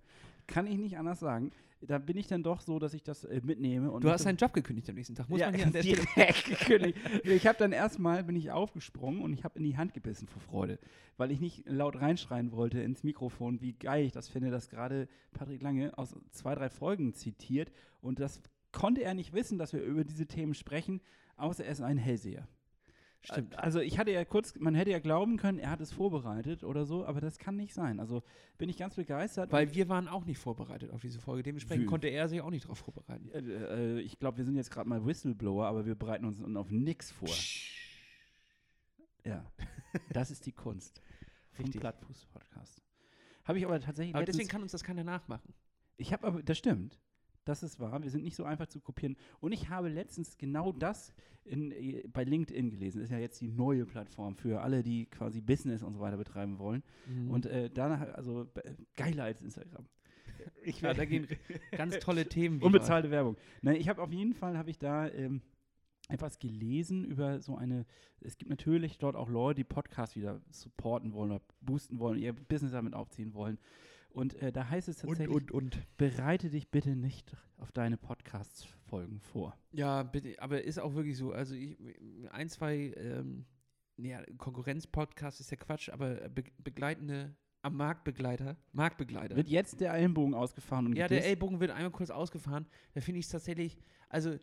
Speaker 2: Kann ich nicht anders sagen. Da bin ich dann doch so, dass ich das äh, mitnehme. Und
Speaker 1: Du hast
Speaker 2: dann
Speaker 1: deinen Job gekündigt am nächsten Tag, muss
Speaker 2: ja,
Speaker 1: man hier an der Stelle.
Speaker 2: direkt gekündigt. Ich habe dann erstmal bin ich aufgesprungen und ich habe in die Hand gebissen vor Freude, weil ich nicht laut reinschreien wollte ins Mikrofon, wie geil ich das finde, dass gerade Patrick Lange aus zwei drei Folgen zitiert und das konnte er nicht wissen, dass wir über diese Themen sprechen, außer er ist ein Hellseher.
Speaker 1: Stimmt.
Speaker 2: Also ich hatte ja kurz, man hätte ja glauben können, er hat es vorbereitet oder so, aber das kann nicht sein. Also bin ich ganz begeistert.
Speaker 1: Weil wir waren auch nicht vorbereitet auf diese Folge. Dementsprechend
Speaker 2: Wü-
Speaker 1: konnte er sich auch nicht darauf vorbereiten.
Speaker 2: Äh, äh, ich glaube, wir sind jetzt gerade mal Whistleblower, aber wir bereiten uns auf nichts vor. Ja, das ist die Kunst vom
Speaker 1: Richtig.
Speaker 2: Plattfuß-Podcast. Habe ich aber tatsächlich
Speaker 1: Aber
Speaker 2: letztens-
Speaker 1: deswegen kann uns das keiner nachmachen.
Speaker 2: Ich habe aber, das stimmt. Das ist wahr. Wir sind nicht so einfach zu kopieren. Und ich habe letztens genau das in, äh, bei LinkedIn gelesen. Ist ja jetzt die neue Plattform für alle, die quasi Business und so weiter betreiben wollen.
Speaker 1: Mhm.
Speaker 2: Und äh, danach, also be- geiler als Instagram. Ich
Speaker 1: ja, da gehen ganz tolle Themen.
Speaker 2: Unbezahlte Werbung. Nein, ich habe auf jeden Fall habe ich da ähm, etwas gelesen über so eine. Es gibt natürlich dort auch Leute, die Podcasts wieder supporten wollen oder boosten wollen, ihr Business damit aufziehen wollen. Und äh, da heißt es
Speaker 1: Und,
Speaker 2: tatsächlich:
Speaker 1: und, und.
Speaker 2: Bereite dich bitte nicht auf deine Podcast-Folgen vor.
Speaker 1: Ja, bitte, aber ist auch wirklich so. Also ich, ein, zwei, ähm, ja, Konkurrenz-Podcast ist ja Quatsch, aber be begleitende am Marktbegleiter, Marktbegleiter.
Speaker 2: Wird jetzt der Ellenbogen ausgefahren und
Speaker 1: ja, der
Speaker 2: gedisst?
Speaker 1: Ellbogen wird einmal kurz ausgefahren. Da finde ich es tatsächlich, also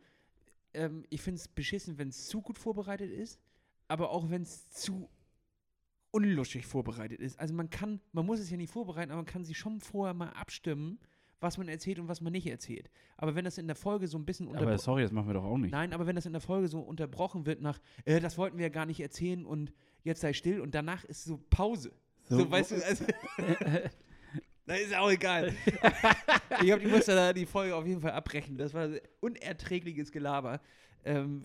Speaker 1: ähm, ich finde es beschissen, wenn es zu gut vorbereitet ist, aber auch wenn es zu unluschig vorbereitet ist. Also man kann, man muss es ja nicht vorbereiten, aber man kann sich schon vorher mal abstimmen, was man erzählt und was man nicht erzählt. Aber wenn das in der Folge so ein bisschen
Speaker 2: Aber
Speaker 1: unterbrochen
Speaker 2: sorry, das machen wir doch auch nicht.
Speaker 1: Nein, aber wenn das in der Folge so unterbrochen wird nach, äh, das wollten wir ja gar nicht erzählen und jetzt sei still und danach ist so Pause. So, weißt du, also, na, ist auch egal. ich glaube, ich musste da die Folge auf jeden Fall abbrechen. Das war unerträgliches Gelaber. Ähm,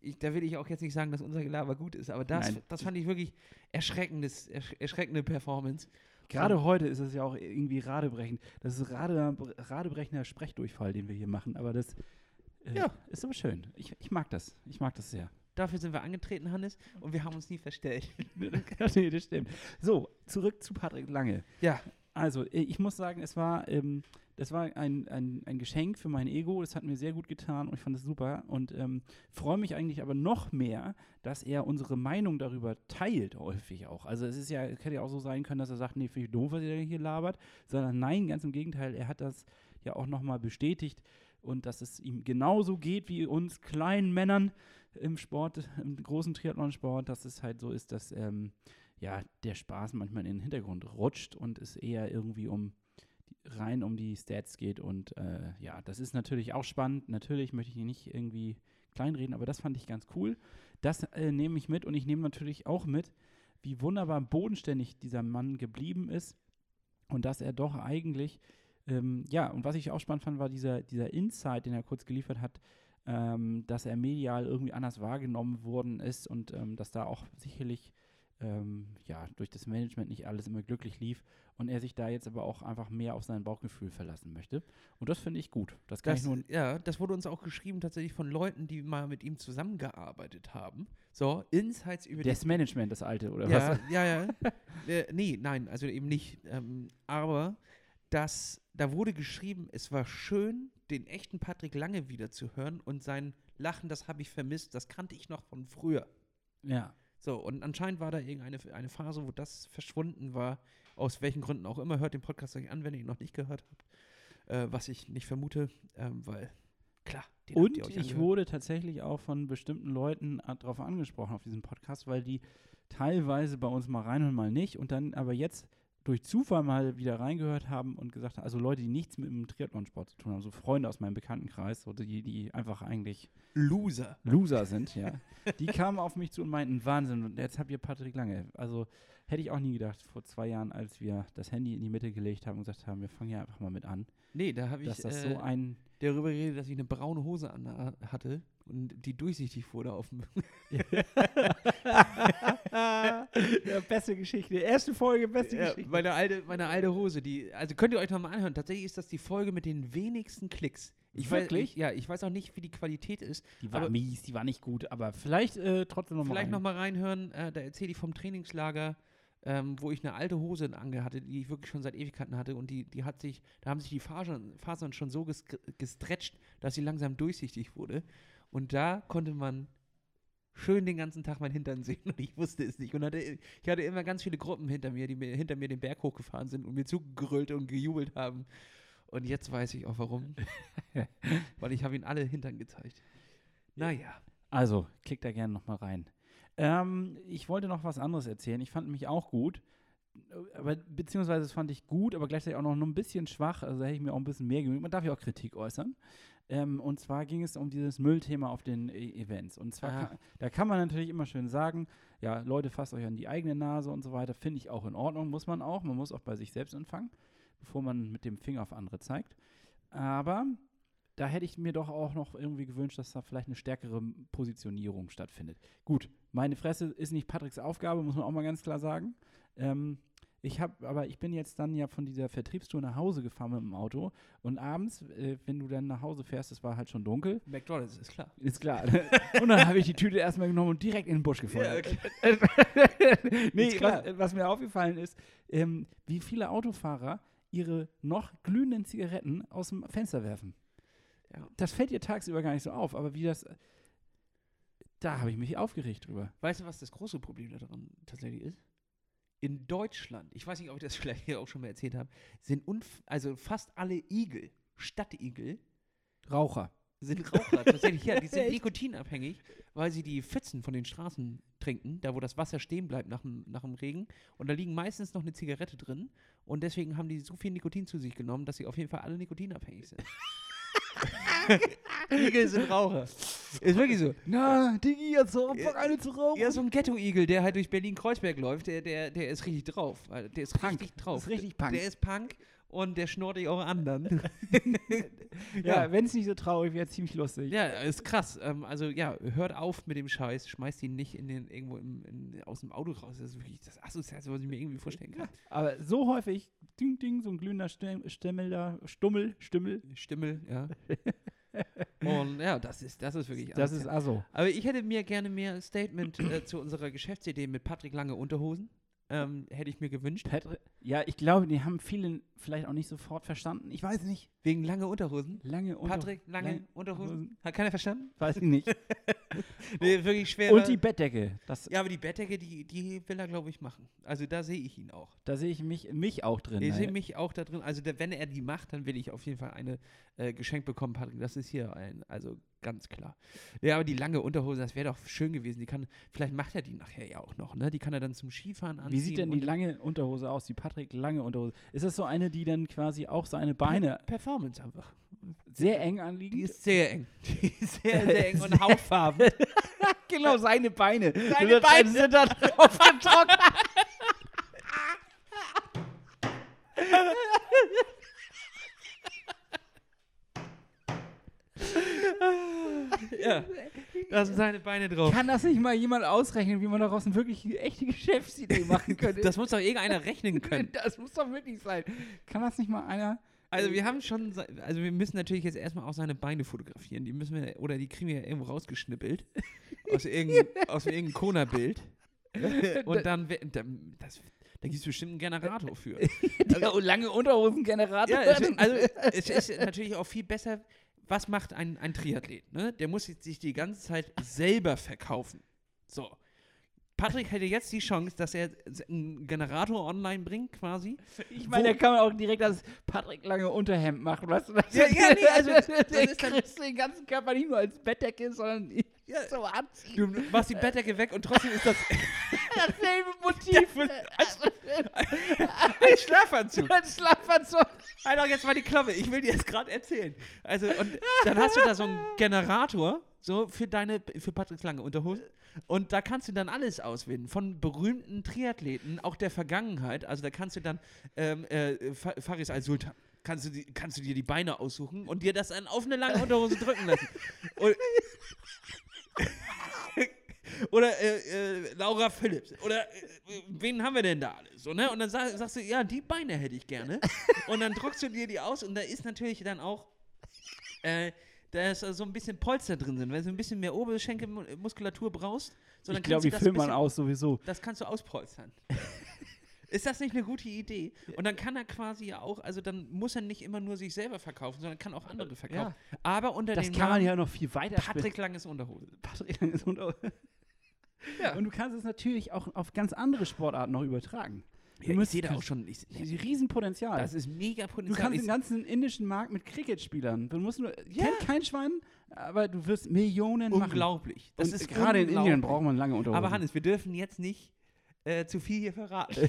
Speaker 1: ich, da will ich auch jetzt nicht sagen, dass unser Gelaber gut ist, aber das,
Speaker 2: Nein.
Speaker 1: das fand ich wirklich erschreckendes, ersch erschreckende Performance.
Speaker 2: Gerade heute ist es ja auch irgendwie radebrechend. Das ist rade, radebrechender Sprechdurchfall, den wir hier machen. Aber das äh,
Speaker 1: Ja.
Speaker 2: ist aber schön. Ich, ich mag das. Ich mag das sehr.
Speaker 1: Dafür sind wir angetreten, Hannes, und wir haben uns nie verstellt.
Speaker 2: nee, das stimmt. So, zurück zu Patrick Lange.
Speaker 1: Ja,
Speaker 2: Also, äh, ich muss sagen, es war, ähm, das war ein, ein, ein Geschenk für mein Ego. Das hat mir sehr gut getan und ich fand es super. Und ähm, freue mich eigentlich aber noch mehr, dass er unsere Meinung darüber teilt, häufig auch. Also, es ist ja, es hätte ja auch so sein können, dass er sagt: Nee, finde ich doof, was ihr hier labert. Sondern nein, ganz im Gegenteil, er hat das ja auch nochmal bestätigt. Und dass es ihm genauso geht wie uns kleinen Männern im Sport, im großen Triathlonsport, dass es halt so ist, dass. Ähm, ja, der Spaß manchmal in den Hintergrund rutscht und es eher irgendwie um rein um die Stats geht und äh, ja, das ist natürlich auch spannend. Natürlich möchte ich ihn nicht irgendwie kleinreden, aber das fand ich ganz cool. Das äh, nehme ich mit und ich nehme natürlich auch mit, wie wunderbar bodenständig dieser Mann geblieben ist und dass er doch eigentlich, ähm, ja, und was ich auch spannend fand, war dieser, dieser Insight, den er kurz geliefert hat, ähm, dass er medial irgendwie anders wahrgenommen worden ist und ähm, dass da auch sicherlich ähm, ja, durch das Management nicht alles immer glücklich lief und er sich da jetzt aber auch einfach mehr auf sein Bauchgefühl verlassen möchte. Und das finde ich gut. Das kann
Speaker 1: das,
Speaker 2: ich nur.
Speaker 1: ja, das wurde uns auch geschrieben tatsächlich von Leuten, die mal mit ihm zusammengearbeitet haben. So, Insights über die
Speaker 2: Das Management, das alte, oder
Speaker 1: ja,
Speaker 2: was?
Speaker 1: Ja, ja. äh, nee, nein, also eben nicht. Ähm, aber das, da wurde geschrieben, es war schön, den echten Patrick Lange wieder zu hören und sein Lachen, das habe ich vermisst, das kannte ich noch von früher.
Speaker 2: Ja.
Speaker 1: So, und anscheinend war da irgendeine eine Phase, wo das verschwunden war, aus welchen Gründen auch immer. Hört den Podcast euch an, wenn ihr ihn noch nicht gehört habt, äh, was ich nicht vermute, ähm, weil klar, den habt
Speaker 2: Und
Speaker 1: ihr euch
Speaker 2: ich
Speaker 1: angehört.
Speaker 2: wurde tatsächlich auch von bestimmten Leuten darauf angesprochen auf diesem Podcast, weil die teilweise bei uns mal rein und mal nicht und dann aber jetzt durch Zufall mal wieder reingehört haben und gesagt haben, also Leute, die nichts mit dem Triathlonsport zu tun haben, so Freunde aus meinem Bekanntenkreis, so die, die einfach eigentlich
Speaker 1: Loser.
Speaker 2: Loser sind, ja, die kamen auf mich zu und meinten, Wahnsinn, und jetzt habt ihr Patrick Lange. Also hätte ich auch nie gedacht, vor zwei Jahren, als wir das Handy in die Mitte gelegt haben und gesagt haben, wir fangen ja einfach mal mit an,
Speaker 1: Nee, da habe ich
Speaker 2: dass das
Speaker 1: äh,
Speaker 2: so ein
Speaker 1: darüber geredet, dass ich eine braune Hose an äh, hatte und die durchsichtig wurde auf dem.
Speaker 2: ja, beste Geschichte. Erste Folge, beste
Speaker 1: Ja, meine, alte, meine alte Hose, die. Also könnt ihr euch nochmal anhören. Tatsächlich ist das die Folge mit den wenigsten Klicks. Ich Weiß,
Speaker 2: Wirklich?
Speaker 1: ich, ja, ich weiß auch nicht, wie die Qualität ist.
Speaker 2: Die war
Speaker 1: aber-
Speaker 2: mies, die war nicht gut, aber also vielleicht äh, trotzdem nochmal.
Speaker 1: Vielleicht nochmal reinhören. Äh, da erzähle ich vom Trainingslager, ähm, wo ich eine alte Hose ange hatte, die ich wirklich schon seit Ewigkeiten hatte. Und die, die hat sich, da haben sich die Fasern, Fasern schon so ges gestretcht, dass sie langsam durchsichtig wurde. Und da konnte man schön den ganzen Tag mein Hintern sehen und ich wusste es nicht. Und hatte, ich hatte immer ganz viele Gruppen hinter mir, die mir, hinter mir den Berg hochgefahren sind und mir zugerüllt und gejubelt haben. Und jetzt weiß ich auch warum. Weil ich habe ihnen alle Hintern gezeigt. Naja.
Speaker 2: Also, klickt da gerne nochmal rein. Ähm, ich wollte noch was anderes erzählen. Ich fand mich auch gut. Aber, beziehungsweise es fand ich gut, aber gleichzeitig auch noch nur ein bisschen schwach. Also da hätte ich mir auch ein bisschen mehr gewünscht. Man darf ja auch Kritik äußern. Ähm, und zwar ging es um dieses Müllthema auf den E- Events. Und zwar,
Speaker 1: Ah.
Speaker 2: kann, da kann man natürlich immer schön sagen, ja, Leute, fasst euch an die eigene Nase und so weiter. Finde ich auch in Ordnung, muss man auch. Man muss auch bei sich selbst anfangen, bevor man mit dem Finger auf andere zeigt. Aber da hätte ich mir doch auch noch irgendwie gewünscht, dass da vielleicht eine stärkere Positionierung stattfindet. Gut, meine Fresse ist nicht Patricks Aufgabe, muss man auch mal ganz klar sagen. Ähm, ich habe, aber ich bin jetzt dann ja von dieser Vertriebstour nach Hause gefahren mit dem Auto und abends, äh, wenn du dann nach Hause fährst, es war halt schon dunkel,
Speaker 1: McDonalds ist klar.
Speaker 2: ist klar. ne? und dann habe ich die Tüte erstmal genommen und direkt in den Busch
Speaker 1: Ja,
Speaker 2: gefeuert.
Speaker 1: okay.
Speaker 2: nee,
Speaker 1: Ist klar.
Speaker 2: was, was mir aufgefallen ist, ähm, wie viele Autofahrer ihre noch glühenden Zigaretten aus dem Fenster werfen.
Speaker 1: Ja.
Speaker 2: Das fällt ihr tagsüber gar nicht so auf, aber wie das. Da habe ich mich aufgeregt drüber.
Speaker 1: Weißt du, was das große Problem daran tatsächlich ist? in Deutschland, ich weiß nicht, ob ich das vielleicht hier auch schon mal erzählt habe, sind unf also fast alle Igel, Stadtigel,
Speaker 2: Raucher.
Speaker 1: sind Raucher. tatsächlich, ja, die sind
Speaker 2: Echt?
Speaker 1: nikotinabhängig, weil sie die Pfützen von den Straßen trinken, da wo das Wasser stehen bleibt nach dem, nach dem Regen. Und da liegen meistens noch eine Zigarette drin. Und deswegen haben die so viel Nikotin zu sich genommen, dass sie auf jeden Fall alle nikotinabhängig sind. Igel sind Raucher. Ist wirklich so.
Speaker 2: Na, Diggi, jetzt hör auf,
Speaker 1: Ja.
Speaker 2: eine zu rauchen.
Speaker 1: Ja, so ein Ghetto-Igel, der halt durch Berlin-Kreuzberg läuft, der, der, der ist richtig drauf. Also, Der ist
Speaker 2: Punk.
Speaker 1: richtig drauf.
Speaker 2: Ist richtig Punk.
Speaker 1: Der ist Punk und der schnurrt dich auch anderen.
Speaker 2: ja, wenn es nicht so traurig wäre, ziemlich lustig.
Speaker 1: ja, ist krass. Ähm, also ja, hört auf mit dem Scheiß, schmeißt ihn nicht in den, irgendwo im, in, aus dem Auto raus. Das ist wirklich das Assoziation, was ich mir irgendwie vorstellen kann.
Speaker 2: Aber so häufig, ding, ding, so ein glühender Stem- Stemmel da, Stummel, Stimmel,
Speaker 1: Stimmel, ja. Und ja, das ist, das ist wirklich
Speaker 2: das ist
Speaker 1: asozial.
Speaker 2: also.
Speaker 1: Aber ich hätte mir gerne mehr Statement äh, zu unserer Geschäftsidee mit Patrick Lange Unterhosen. Ähm, hätte ich mir gewünscht.
Speaker 2: Patrick, ja, ich glaube, die haben viele vielleicht auch nicht sofort verstanden. Ich weiß nicht.
Speaker 1: Wegen lange Unterhosen.
Speaker 2: Lange Unter-
Speaker 1: Patrick, lange
Speaker 2: Lang-
Speaker 1: Unterhosen.
Speaker 2: Hosen.
Speaker 1: Hat keiner verstanden?
Speaker 2: Weiß ich nicht.
Speaker 1: Nee, wirklich schwer.
Speaker 2: Oh. Und die Bettdecke. Das,
Speaker 1: Äh, ja, aber die Bettdecke, die, die will er, glaube ich, machen. Also da sehe ich ihn auch.
Speaker 2: Da sehe ich mich, mich auch drin.
Speaker 1: Ich sehe
Speaker 2: Alter.
Speaker 1: mich auch da drin. Also der, wenn er die macht, dann will ich auf jeden Fall eine äh, geschenkt bekommen, Patrick. Das ist hier ein, also ganz klar. Ja, aber die lange Unterhose, das wäre doch schön gewesen. Die kann, vielleicht macht er die nachher ja auch noch, ne? Die kann er dann zum Skifahren anziehen.
Speaker 2: Wie sieht denn die
Speaker 1: und-
Speaker 2: lange Unterhose aus? Die Patrick lange Unterhose. Ist das so eine, die dann quasi auch seine Beine
Speaker 1: Performance einfach.
Speaker 2: sehr eng
Speaker 1: Die
Speaker 2: anliegen?
Speaker 1: ist sehr eng. Die ist sehr, sehr eng und hautfarben.
Speaker 2: genau, seine Beine.
Speaker 1: Äh, Seine Beine sind da drauf vertrocknet. ja, da sind seine Beine drauf.
Speaker 2: Kann das nicht mal jemand ausrechnen, wie man daraus eine wirklich echte Geschäftsidee machen könnte?
Speaker 1: Das muss doch irgendeiner rechnen können.
Speaker 2: Das muss doch wirklich sein. Kann das nicht mal einer?
Speaker 1: Also wir haben schon, se- also wir müssen natürlich jetzt erstmal auch seine Beine fotografieren. Die müssen wir, oder die kriegen wir ja irgendwo rausgeschnippelt. Aus irgendeinem, aus irgendeinem Kona-Bild. Und dann, wär- dann das, da gibt es bestimmt einen Generator für.
Speaker 2: Der lange Unterhosengenerator.
Speaker 1: Also Ja, es ist, also es ist natürlich auch viel besser, was macht ein, ein Triathlet? Ne? Der muss jetzt sich die ganze Zeit selber verkaufen. So. Patrick hätte jetzt die Chance, dass er s- einen Generator online bringt, quasi.
Speaker 2: ich
Speaker 1: wo-
Speaker 2: meine, da kann man auch direkt das Patrick lange Unterhemd machen, weißt du? Das
Speaker 1: Ja, ja, nee, also, das
Speaker 2: der
Speaker 1: ist dann-
Speaker 2: kriegst du den ganzen Körper nicht nur als Bettdecke, sondern so anziehen.
Speaker 1: Du machst die Bettdecke weg und trotzdem ist das
Speaker 2: Dasselbe Motiv.
Speaker 1: ein Schlafanzug.
Speaker 2: Ein Schlafanzug.
Speaker 1: Halt doch jetzt mal die Klappe, ich will dir das gerade erzählen. Also, und dann hast du da so einen Generator, so für deine, für Patricks lange Unterhosen. Und da kannst du dann alles auswählen, von berühmten Triathleten, auch der Vergangenheit. Also da kannst du dann ähm, äh, Fa- Faris al-Sultan, kannst du, die- kannst du dir die Beine aussuchen und dir das dann auf eine lange Unterhose drücken lassen. Und, oder äh, äh, Laura Phillips. Oder äh, äh, wen haben wir denn da alles? So, ne? Und dann sag, sagst du, ja, die Beine hätte ich gerne. Und dann druckst du dir die aus und da ist natürlich dann auch, äh, da ist so ein bisschen Polster drin sind. Wenn du ein bisschen mehr Oberschenkelmuskulatur brauchst, so, dann
Speaker 2: Ich glaube,
Speaker 1: kannst du
Speaker 2: die
Speaker 1: das
Speaker 2: filmt man
Speaker 1: bisschen-
Speaker 2: aus sowieso.
Speaker 1: das kannst du auspolstern. Ist das nicht eine gute Idee? Und dann kann er quasi ja auch, also dann muss er nicht immer nur sich selber verkaufen, sondern kann auch andere verkaufen. Aber unter
Speaker 2: Das
Speaker 1: dem
Speaker 2: kann man
Speaker 1: Namen
Speaker 2: ja noch viel weiter
Speaker 1: Patrick Langes Unterhose.
Speaker 2: Patrick Lange ist unter.
Speaker 1: Ja.
Speaker 2: Und du kannst es natürlich auch auf ganz andere Sportarten noch übertragen. Du
Speaker 1: Ja, ich
Speaker 2: müsst-
Speaker 1: sehe da auch schon. Ich,
Speaker 2: kannst- Riesenpotenzial.
Speaker 1: das ist mega
Speaker 2: du
Speaker 1: Potenzial.
Speaker 2: kannst den
Speaker 1: Ich-
Speaker 2: ganzen indischen Markt mit Cricket-Spielern. Du musst nur.
Speaker 1: Ja.
Speaker 2: Kennt kein Schwein, aber du wirst Millionen machen.
Speaker 1: unglaublich. Das
Speaker 2: Und
Speaker 1: ist
Speaker 2: gerade in Indien
Speaker 1: unglaublich.
Speaker 2: braucht man lange Unterhosen.
Speaker 1: Aber Hannes, wir dürfen jetzt nicht äh, zu viel hier verraten.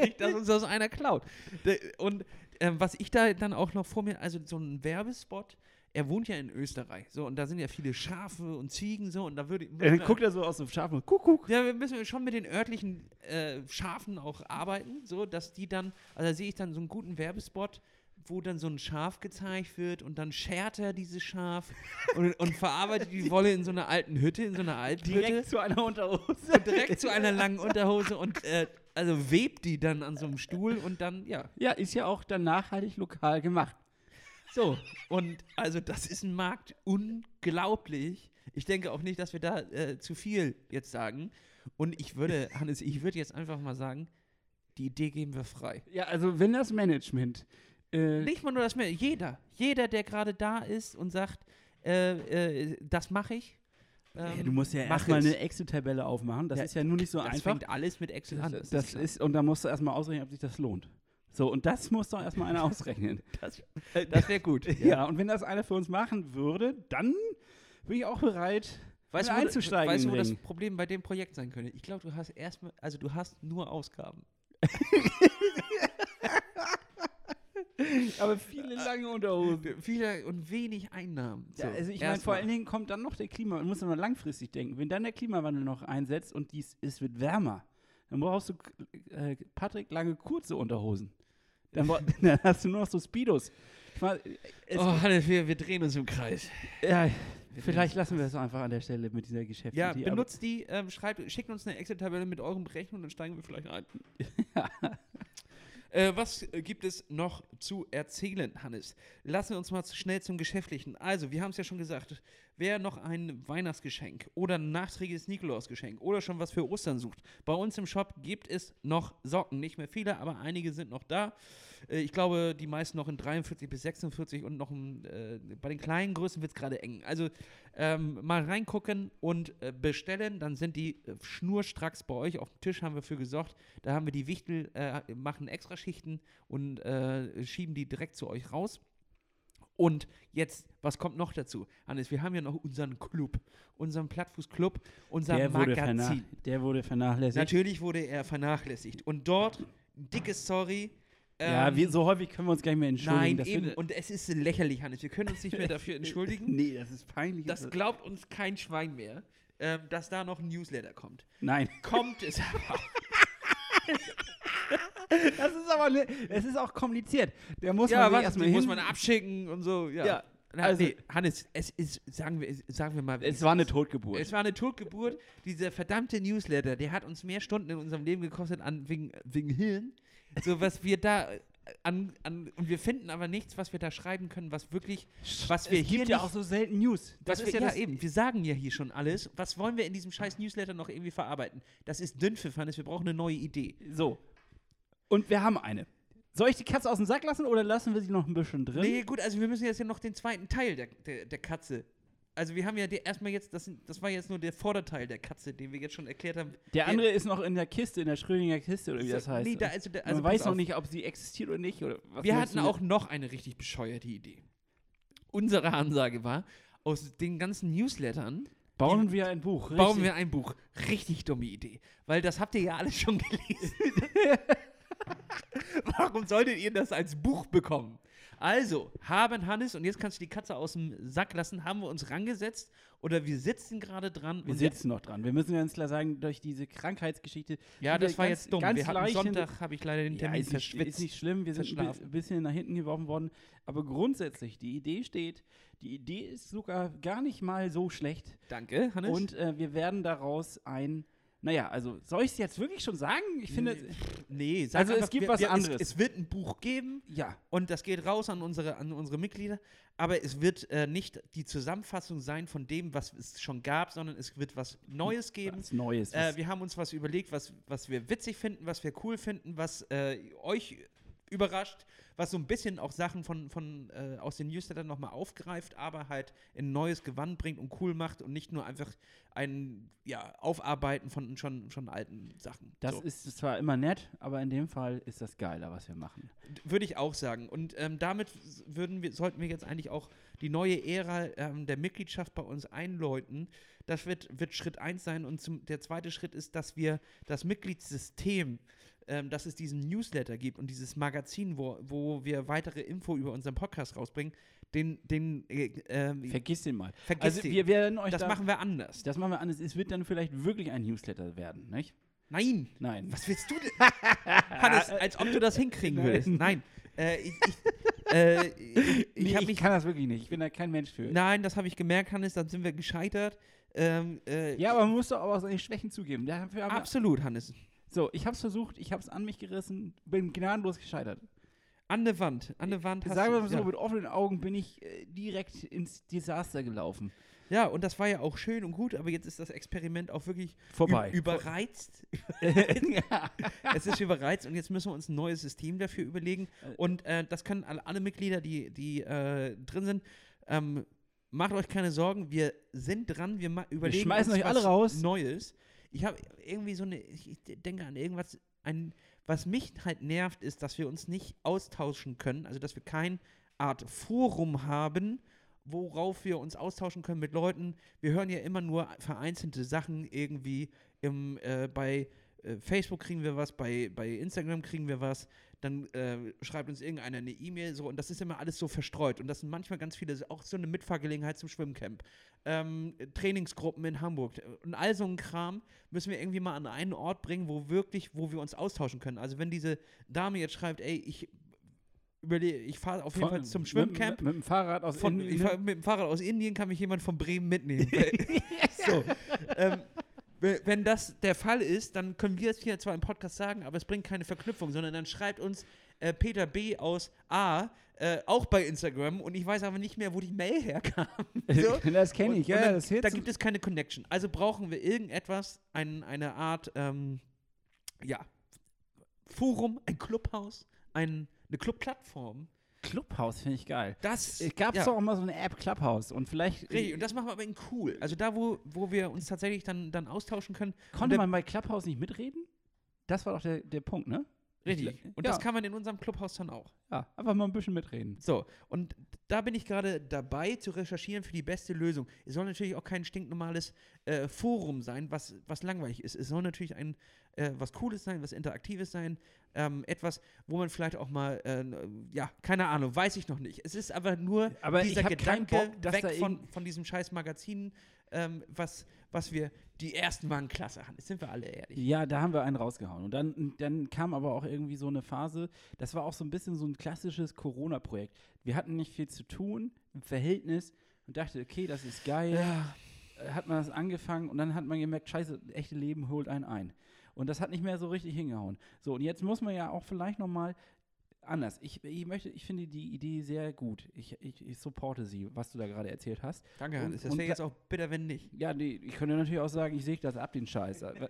Speaker 1: nicht, dass uns das einer klaut. D- Und ähm, was ich da dann auch noch vor mir, also so ein Werbespot, er wohnt ja in Österreich, so, und da sind ja viele Schafe und Ziegen, so, und da würde
Speaker 2: Äh, Dann guckt er so aus dem Schafen. Kuckuck.
Speaker 1: ja, wir müssen schon mit den örtlichen äh, Schafen auch arbeiten, so dass die dann, also da sehe ich dann so einen guten Werbespot, wo dann so ein Schaf gezeigt wird und dann schert er dieses Schaf und, und verarbeitet die Wolle in so einer alten Hütte, in so einer alten Hütte
Speaker 2: zu einer Unterhose.
Speaker 1: und direkt zu einer langen Unterhose und äh, also webt die dann an so einem Stuhl und dann, ja,
Speaker 2: Ja, ist ja auch dann nachhaltig lokal gemacht.
Speaker 1: so. Und also das ist ein Markt unglaublich. Ich denke auch nicht, dass wir da äh, zu viel jetzt sagen. Und ich würde, Hannes, ich würde jetzt einfach mal sagen, die Idee geben wir frei.
Speaker 2: Ja, also wenn das Management. Äh,
Speaker 1: Nicht mal nur das mehr, jeder, jeder, der gerade da ist und sagt, äh, äh, das mache ich, Ähm,
Speaker 2: Ja, du musst ja
Speaker 1: mach
Speaker 2: erstmal
Speaker 1: es.
Speaker 2: eine Excel-Tabelle aufmachen. Das
Speaker 1: Ja,
Speaker 2: ist ja nun nicht so
Speaker 1: das
Speaker 2: einfach.
Speaker 1: fängt alles mit Excel an.
Speaker 2: das
Speaker 1: klar.
Speaker 2: ist, und da musst du erstmal ausrechnen, ob sich das lohnt. So, und das muss doch erstmal einer ausrechnen.
Speaker 1: das, äh, das wäre gut.
Speaker 2: halt Ja. und wenn das einer für uns machen würde, dann bin ich auch bereit,
Speaker 1: Weißt du,
Speaker 2: mit
Speaker 1: wo-
Speaker 2: einzusteigen.
Speaker 1: Weißt du,
Speaker 2: im
Speaker 1: wo das
Speaker 2: Ring.
Speaker 1: Problem bei dem Projekt sein könnte? Ich glaube, du hast erstmal, also du hast nur Ausgaben.
Speaker 2: Aber viele lange Unterhosen.
Speaker 1: Viele und wenig Einnahmen.
Speaker 2: Äh, Ja,
Speaker 1: So,
Speaker 2: also ich meine, vor
Speaker 1: erstmal.
Speaker 2: allen Dingen kommt dann noch der Klima, man muss immer langfristig denken. Wenn dann der Klimawandel noch einsetzt und dies, es wird wärmer, dann brauchst du, äh, Patrick, lange kurze Unterhosen. Dann, bra- dann hast du nur noch so Speedos. Ich mein, es,
Speaker 1: Oh, Hannes, wir, wir drehen uns im Kreis.
Speaker 2: ja, vielleicht lassen wir es einfach an der Stelle mit dieser Geschäftsidee.
Speaker 1: Ja,
Speaker 2: aber-
Speaker 1: benutzt die, ähm, schreibt, schickt uns eine Excel-Tabelle mit euren Berechnungen, dann steigen wir vielleicht ein. Äh, was äh, gibt es noch zu erzählen, Hannes? Lassen wir uns mal zu- schnell zum Geschäftlichen. Also, wir haben es ja schon gesagt, wer noch ein Weihnachtsgeschenk oder ein nachträgliches Nikolausgeschenk oder schon was für Ostern sucht, bei uns im Shop gibt es noch Socken. Nicht mehr viele, aber einige sind noch da. Äh, ich glaube, die meisten noch in 43 bis 46 und noch im, äh, bei den kleinen Größen wird es gerade eng. Also, ähm, mal reingucken und äh, bestellen. Dann sind die äh, schnurstracks bei euch auf dem Tisch, haben wir für gesorgt. Da haben wir die Wichtel, äh, machen extra Schichten und äh, schieben die direkt zu euch raus. Und jetzt, was kommt noch dazu? Hannes, wir haben ja noch unseren Club, unseren Plattfußclub, unser
Speaker 2: der wurde, vernach,
Speaker 1: Magazin.
Speaker 2: der wurde vernachlässigt.
Speaker 1: Natürlich wurde er vernachlässigt. Und dort, dickes Sorry.
Speaker 2: ja,
Speaker 1: ähm,
Speaker 2: wir, so häufig können wir uns gar nicht mehr entschuldigen.
Speaker 1: Nein,
Speaker 2: das
Speaker 1: eben.
Speaker 2: findet-
Speaker 1: Und es ist lächerlich, Hannes. Wir können uns nicht mehr dafür entschuldigen.
Speaker 2: nee, das ist peinlich.
Speaker 1: Das glaubt uns kein Schwein mehr, ähm, dass da noch ein Newsletter kommt.
Speaker 2: Nein.
Speaker 1: Kommt es aber.
Speaker 2: Das ist aber ne, es ist auch kompliziert. Der muss
Speaker 1: ja,
Speaker 2: man
Speaker 1: was?
Speaker 2: sich erstmal
Speaker 1: Die
Speaker 2: hin.
Speaker 1: muss man abschicken und so. Ja.
Speaker 2: Ja,
Speaker 1: Na,
Speaker 2: also-
Speaker 1: nee, Hannes, es ist, sagen wir, sagen wir mal, wie
Speaker 2: es
Speaker 1: ist
Speaker 2: war eine Totgeburt.
Speaker 1: es war eine Totgeburt. Dieser verdammte Newsletter, der hat uns mehr Stunden in unserem Leben gekostet an, wegen, wegen Hirn. So was wir da äh, an, an und wir finden aber nichts, was wir da schreiben können, was wirklich, was wir
Speaker 2: es
Speaker 1: hier
Speaker 2: gibt ja
Speaker 1: nicht-
Speaker 2: auch so selten News.
Speaker 1: Das
Speaker 2: ist
Speaker 1: wir,
Speaker 2: ja
Speaker 1: ja, eben. Wir sagen ja hier schon alles. Was wollen wir in diesem scheiß Newsletter noch irgendwie verarbeiten? Das ist Dünnpfiff, Hannes. Wir brauchen eine neue Idee.
Speaker 2: So. Und wir haben eine. Soll ich die Katze aus dem Sack lassen oder lassen wir sie noch ein bisschen drin?
Speaker 1: Nee, gut, also wir müssen jetzt ja noch den zweiten Teil der, der, der Katze. Also wir haben ja die, erstmal jetzt, das, sind- das war jetzt nur der Vorderteil der Katze, den wir jetzt schon erklärt haben.
Speaker 2: Der andere ist noch in der Kiste, in der Schrödinger Kiste oder wie das heißt.
Speaker 1: Nee, da, also, da, also
Speaker 2: man weiß
Speaker 1: pass
Speaker 2: noch
Speaker 1: auf.
Speaker 2: nicht, ob sie existiert oder nicht. Oder was
Speaker 1: Wir
Speaker 2: meinst
Speaker 1: hatten
Speaker 2: du
Speaker 1: auch noch eine richtig bescheuerte Idee. Unsere Ansage war, aus den ganzen Newslettern
Speaker 2: mit- Bauen wir ein Buch.
Speaker 1: bauen
Speaker 2: richtig.
Speaker 1: wir ein Buch. Richtig dumme Idee. Weil das habt ihr ja alles schon gelesen. Warum solltet ihr das als Buch bekommen? Also, haben Hannes, und jetzt kannst du die Katze aus dem Sack lassen, haben wir uns rangesetzt oder wir sitzen gerade dran.
Speaker 2: Wir
Speaker 1: und-
Speaker 2: sitzen noch dran. Wir müssen ganz klar sagen, durch diese Krankheitsgeschichte.
Speaker 1: Ja,
Speaker 2: sind
Speaker 1: das
Speaker 2: wir
Speaker 1: war
Speaker 2: ganz-
Speaker 1: jetzt dumm.
Speaker 2: Ganz
Speaker 1: wir hatten
Speaker 2: leicht hin-
Speaker 1: Sonntag, habe ich leider den
Speaker 2: Ja,
Speaker 1: Termin
Speaker 2: ist, nicht,
Speaker 1: verschwitzt.
Speaker 2: ist nicht schlimm, wir sind ein bi-
Speaker 1: verschlafen.
Speaker 2: bisschen nach hinten geworfen worden. Aber grundsätzlich, die Idee steht, die Idee ist sogar gar nicht mal so schlecht.
Speaker 1: Danke, Hannes.
Speaker 2: Und äh, wir werden daraus ein, naja, also soll ich es jetzt wirklich schon sagen? Ich finde,
Speaker 1: nee, sag
Speaker 2: Also, es
Speaker 1: einfach,
Speaker 2: gibt
Speaker 1: wir,
Speaker 2: was
Speaker 1: wir,
Speaker 2: anderes.
Speaker 1: Es, es wird ein Buch geben.
Speaker 2: ja,
Speaker 1: Und das geht raus an unsere, an unsere Mitglieder. Aber es wird äh, nicht die Zusammenfassung sein von dem, was es schon gab, sondern es wird was Neues geben.
Speaker 2: was Neues.
Speaker 1: Äh,
Speaker 2: Was,
Speaker 1: wir haben uns was überlegt, was, was wir witzig finden, was wir cool finden, was äh, euch überrascht, was so ein bisschen auch Sachen von, von äh, aus den Newslettern nochmal aufgreift, aber halt in ein neues Gewand bringt und cool macht und nicht nur einfach ein ja, Aufarbeiten von schon, schon alten Sachen.
Speaker 2: das
Speaker 1: So.
Speaker 2: ist zwar immer nett, aber in dem Fall ist das geiler, was wir machen.
Speaker 1: Würde ich auch sagen. Und ähm, damit s- würden wir, sollten wir jetzt eigentlich auch die neue Ära ähm, der Mitgliedschaft bei uns einläuten. Das wird, wird Schritt 1 sein. Und zum, der zweite Schritt ist, dass wir das Mitgliedssystem, ähm, dass es diesen Newsletter gibt und dieses Magazin, wo, wo wir weitere Info über unseren Podcast rausbringen, den, den äh, ähm,
Speaker 2: Vergiss den mal.
Speaker 1: vergiss
Speaker 2: also
Speaker 1: den.
Speaker 2: wir werden euch
Speaker 1: das
Speaker 2: da,
Speaker 1: machen wir anders.
Speaker 2: das machen wir anders. Es wird dann vielleicht wirklich ein Newsletter werden, nicht?
Speaker 1: Nein!
Speaker 2: Nein.
Speaker 1: Was willst du denn? Hannes, als ob du das hinkriegen
Speaker 2: Nein.
Speaker 1: würdest. Nein. Äh, ich ich, äh, ich, ich
Speaker 2: nee,
Speaker 1: habe
Speaker 2: ich
Speaker 1: mich
Speaker 2: kann das wirklich nicht. Ich bin da kein Mensch für.
Speaker 1: Nein, das habe ich gemerkt, Hannes, dann sind wir gescheitert. Ähm, äh,
Speaker 2: Ja, aber man muss doch auch seine Schwächen zugeben. Dafür haben wir
Speaker 1: absolut, Hannes.
Speaker 2: So, ich hab's versucht, ich hab's an mich gerissen, bin gnadenlos gescheitert.
Speaker 1: An der Wand, an der Wand. hast
Speaker 2: Äh, Sagen wir mal
Speaker 1: du's,
Speaker 2: so,
Speaker 1: ja.
Speaker 2: mit offenen Augen bin ich äh, direkt ins Desaster gelaufen.
Speaker 1: ja, und das war ja auch schön und gut, aber jetzt ist das Experiment auch wirklich ü- überreizt.
Speaker 2: ja.
Speaker 1: es ist überreizt und jetzt müssen wir uns ein neues System dafür überlegen. Und äh, das können alle, alle Mitglieder, die, die äh, drin sind, äh, ähm, Macht euch keine Sorgen, wir sind dran, wir ma- überlegen
Speaker 2: schmeißen
Speaker 1: uns
Speaker 2: euch alle
Speaker 1: was
Speaker 2: raus.
Speaker 1: Neues. Ich habe irgendwie so eine, ich ich denke an irgendwas, ein, was mich halt nervt, ist, dass wir uns nicht austauschen können, also dass wir kein Art Forum haben, worauf wir uns austauschen können mit Leuten. Wir hören ja immer nur vereinzelte Sachen irgendwie im, äh, bei äh, Facebook kriegen wir was, bei, bei Instagram kriegen wir was, dann äh, schreibt uns irgendeiner eine E-Mail so und das ist immer alles so verstreut und das sind manchmal ganz viele, auch so eine Mitfahrgelegenheit zum Schwimmcamp, ähm, Trainingsgruppen in Hamburg äh, und all so ein Kram müssen wir irgendwie mal an einen Ort bringen, wo wirklich, wo wir uns austauschen können. Also wenn diese Dame jetzt schreibt, ey, ich überlege, ich fahre auf jeden Fall zum Schwimmcamp,
Speaker 2: Mit, mit dem Fahrrad aus
Speaker 1: von,
Speaker 2: Indien.
Speaker 1: ich fahr, mit dem Fahrrad aus Indien kann mich jemand von Bremen mitnehmen. so. ähm, we- wenn das der Fall ist, dann können wir es hier zwar im Podcast sagen, aber es bringt keine Verknüpfung, sondern dann schreibt uns äh, Peter B. aus A. Äh, auch bei Instagram und ich weiß aber nicht mehr, wo die Mail herkam. So.
Speaker 2: das kenne
Speaker 1: Und-
Speaker 2: ich,
Speaker 1: und
Speaker 2: ja,
Speaker 1: dann,
Speaker 2: das hilft.
Speaker 1: Da gibt es keine Connection. Also brauchen wir irgendetwas, ein, eine Art, ähm, ja, Forum, ein Clubhaus, ein, eine Clubplattform.
Speaker 2: Clubhouse finde ich geil.
Speaker 1: Das
Speaker 2: Es gab
Speaker 1: ja.
Speaker 2: doch auch mal so eine App Clubhouse und vielleicht äh,
Speaker 1: Richtig, und das machen wir aber in cool. Also da, wo, wo wir uns tatsächlich dann, dann austauschen können.
Speaker 2: konnte
Speaker 1: und
Speaker 2: man bei Clubhouse nicht mitreden? Das war doch der, der Punkt, ne?
Speaker 1: Richtig. Und
Speaker 2: ja,
Speaker 1: das kann man in unserem Clubhaus dann auch.
Speaker 2: ja, einfach mal ein bisschen mitreden.
Speaker 1: So, und da bin ich gerade dabei zu recherchieren für die beste Lösung. Es soll natürlich auch kein stinknormales äh, Forum sein, was, was langweilig ist. Es soll natürlich ein äh, was Cooles sein, was Interaktives sein, ähm, etwas, wo man vielleicht auch mal, äh, ja, keine Ahnung, weiß ich noch nicht. Es ist aber nur
Speaker 2: Aber ich
Speaker 1: dieser
Speaker 2: hab keinen
Speaker 1: Gedanke
Speaker 2: Bock, dass da
Speaker 1: weg von,
Speaker 2: irgend-
Speaker 1: von diesem scheiß Magazin, ähm, was, was wir die ersten waren klasse haben. Das sind wir alle ehrlich.
Speaker 2: Ja, da haben wir einen rausgehauen. Und dann, dann kam aber auch irgendwie so eine Phase, das war auch so ein bisschen so ein klassisches Corona-Projekt. Wir hatten nicht viel zu tun im Verhältnis und dachte, okay, das ist geil.
Speaker 1: Ja.
Speaker 2: Äh, Hat man das angefangen und dann hat man gemerkt, scheiße, echte Leben holt einen ein. Und das hat nicht mehr so richtig hingehauen. So, und jetzt muss man ja auch vielleicht nochmal anders. Ich, ich möchte, ich finde die Idee sehr gut. Ich, ich, ich supporte sie, was du da gerade erzählt hast.
Speaker 1: Danke,
Speaker 2: Und-
Speaker 1: Hannes. Das
Speaker 2: und
Speaker 1: wäre
Speaker 2: da-
Speaker 1: jetzt auch bitter, wenn nicht.
Speaker 2: Ja, nee, ich könnte natürlich auch sagen, ich sehe das ab, den Scheiß. Äh, Wa-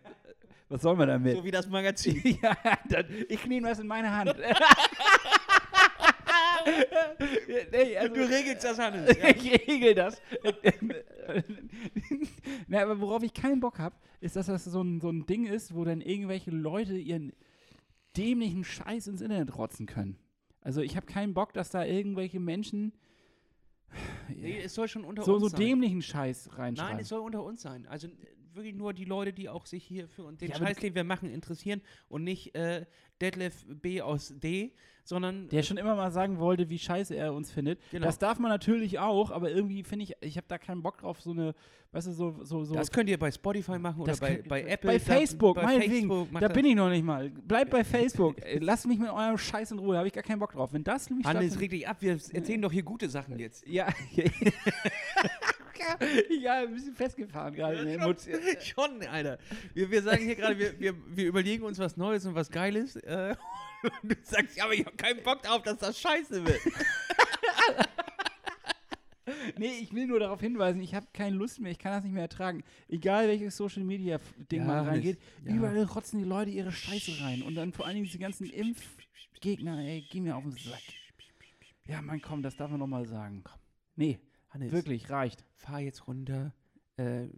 Speaker 2: Was soll man damit?
Speaker 1: So wie das Magazin.
Speaker 2: Ja, dann, ich nehme das in meine Hand. nee, also,
Speaker 1: Du regelst das, Hannes. Ja.
Speaker 2: ich regel das. Na, aber worauf ich keinen Bock habe, ist, dass das so ein, so ein Ding ist, wo dann irgendwelche Leute ihren dämlichen Scheiß ins Internet rotzen können. Also ich habe keinen Bock, dass da irgendwelche Menschen
Speaker 1: Nee, es soll schon unter
Speaker 2: so,
Speaker 1: uns
Speaker 2: so
Speaker 1: sein.
Speaker 2: dämlichen Scheiß reinschreiben.
Speaker 1: Nein, es soll unter uns sein. Also äh, wirklich nur die Leute, die auch sich hier für und den
Speaker 2: Ja, aber
Speaker 1: Scheiß,
Speaker 2: du-
Speaker 1: den wir machen, interessieren und nicht äh, Detlef B aus D, sondern
Speaker 2: der schon immer mal sagen wollte, wie scheiße er uns findet.
Speaker 1: Genau.
Speaker 2: Das darf man natürlich auch, aber irgendwie finde ich, ich habe da keinen Bock drauf, so eine, weißt du, so, so, so.
Speaker 1: das könnt ihr bei Spotify machen oder
Speaker 2: das
Speaker 1: bei,
Speaker 2: kann-
Speaker 1: bei Apple.
Speaker 2: Bei
Speaker 1: da-
Speaker 2: Facebook,
Speaker 1: bei
Speaker 2: meinetwegen.
Speaker 1: Facebook macht
Speaker 2: da
Speaker 1: das-
Speaker 2: bin ich noch nicht mal. Bleibt
Speaker 1: Äh,
Speaker 2: bei Facebook. Ey, Lasst mich mit eurem Scheiß in Ruhe, da habe ich gar keinen Bock drauf. Wenn das nämlich
Speaker 1: Hannes,
Speaker 2: stattfindet-
Speaker 1: reg dich ab, wir erzählen doch hier gute Sachen jetzt.
Speaker 2: Ja. ja, ein bisschen festgefahren gerade. in der Emotion.
Speaker 1: Schon, Alter. Wir, wir sagen hier gerade, wir, wir, wir überlegen uns was Neues und was Geiles. Äh, und du sagst, ja, aber ich habe keinen Bock drauf, dass das scheiße wird.
Speaker 2: Nee, ich will nur darauf hinweisen, ich habe keine Lust mehr, ich kann das nicht mehr ertragen. Egal welches Social Media F- Ding
Speaker 1: Ja,
Speaker 2: man
Speaker 1: Hannes,
Speaker 2: reingeht,
Speaker 1: ja.
Speaker 2: überall rotzen die Leute ihre Scheiße rein. Und dann vor allen Dingen diese ganzen Impfgegner, ey, geh mir auf den Sack. Ja, Mann, komm, das darf man nochmal sagen. Nee,
Speaker 1: Hannes,
Speaker 2: wirklich, reicht.
Speaker 1: fahr jetzt runter. Äh,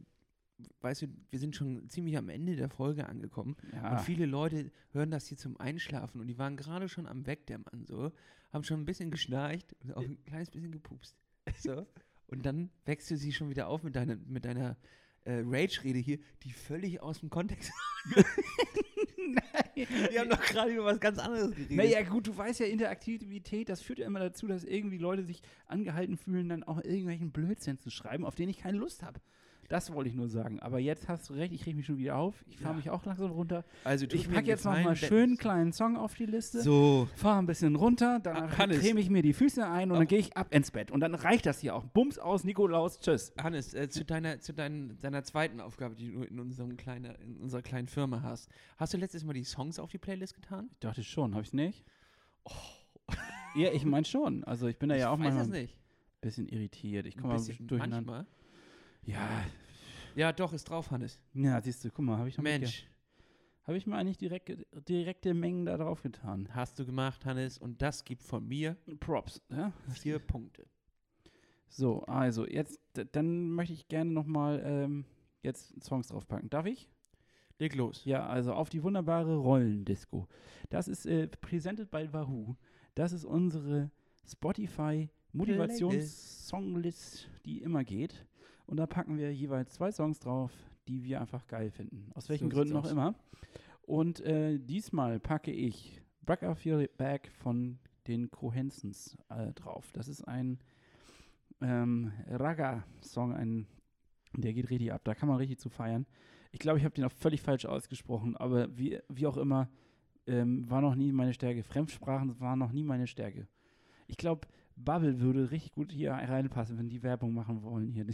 Speaker 1: weißt du, wir sind schon ziemlich am Ende der Folge angekommen. Und
Speaker 2: Ja.
Speaker 1: viele Leute hören das hier zum Einschlafen und die waren gerade schon am Wegdämmern so, haben schon ein bisschen geschnarcht und auch ein kleines bisschen gepupst. So. Und dann wächst du sie schon wieder auf mit deiner, mit deiner äh, Rage-Rede hier, die völlig aus dem Kontext. Nein. Die haben doch gerade über was ganz anderes geredet.
Speaker 2: Naja, gut, du weißt ja, Interaktivität, das führt ja immer dazu, dass irgendwie Leute sich angehalten fühlen, dann auch irgendwelchen Blödsinn zu schreiben, auf den ich keine Lust habe. Das wollte ich nur sagen. Aber jetzt hast du recht, ich reg mich schon wieder auf. Ich fahre
Speaker 1: Ja.
Speaker 2: mich auch langsam runter.
Speaker 1: also tut
Speaker 2: Ich
Speaker 1: mir
Speaker 2: pack
Speaker 1: einen
Speaker 2: jetzt
Speaker 1: Gefallen,
Speaker 2: nochmal
Speaker 1: wenn-
Speaker 2: schön einen kleinen Song auf die Liste.
Speaker 1: So.
Speaker 2: Fahr ein bisschen runter, dann
Speaker 1: Ah, Hannes.
Speaker 2: creme ich mir die Füße ein und
Speaker 1: Ah.
Speaker 2: dann gehe ich ab ins Bett. Und dann reicht das hier auch. Bums aus, Nikolaus, tschüss.
Speaker 1: Hannes, äh, zu, deiner, zu dein, deiner zweiten Aufgabe, die du in, unserem kleiner, in unserer kleinen Firma hast. Hast du letztes Mal die Songs auf die Playlist getan?
Speaker 2: Ich dachte schon, habe ich nicht? Ja, ich meine schon. Also ich bin da ja auch
Speaker 1: Oh. ich weiß
Speaker 2: mal
Speaker 1: es
Speaker 2: ein
Speaker 1: nicht.
Speaker 2: bisschen irritiert. Ich
Speaker 1: Ein
Speaker 2: komme mal
Speaker 1: bisschen,
Speaker 2: durcheinander.
Speaker 1: manchmal.
Speaker 2: Ja,
Speaker 1: Ja, doch, ist drauf, Hannes.
Speaker 2: ja, siehst du, guck mal, habe ich noch nicht ge-
Speaker 1: Mensch,
Speaker 2: Habe ich mir eigentlich direkt, direkte Mengen da drauf getan.
Speaker 1: hast du gemacht, Hannes. Und das gibt von mir
Speaker 2: Props, ja?
Speaker 1: vier Punkte.
Speaker 2: So, also jetzt, d- dann möchte ich gerne nochmal ähm, jetzt Songs draufpacken. Darf ich?
Speaker 1: Leg los.
Speaker 2: Ja, also auf die wunderbare Rollendisco. Das ist äh, presented by Wahoo. Das ist unsere Spotify
Speaker 1: Playlist.
Speaker 2: Motivations-Songlist, die immer geht. Und da packen wir jeweils zwei Songs drauf, die wir einfach geil finden. Aus
Speaker 1: So
Speaker 2: welchen
Speaker 1: sieht's
Speaker 2: Gründen auch
Speaker 1: aus.
Speaker 2: immer. Und äh, diesmal packe ich Back Off Your Back von den Cohensons äh, drauf. Das ist ein ähm, Raga-Song, ein, der geht richtig ab. Da kann man richtig zu feiern. Ich glaube, ich habe den auch völlig falsch ausgesprochen, aber wie, wie auch immer, ähm, war noch nie meine Stärke. Fremdsprachen waren noch nie meine Stärke. Ich glaube, Bubble würde richtig gut hier reinpassen, wenn die Werbung machen wollen hier.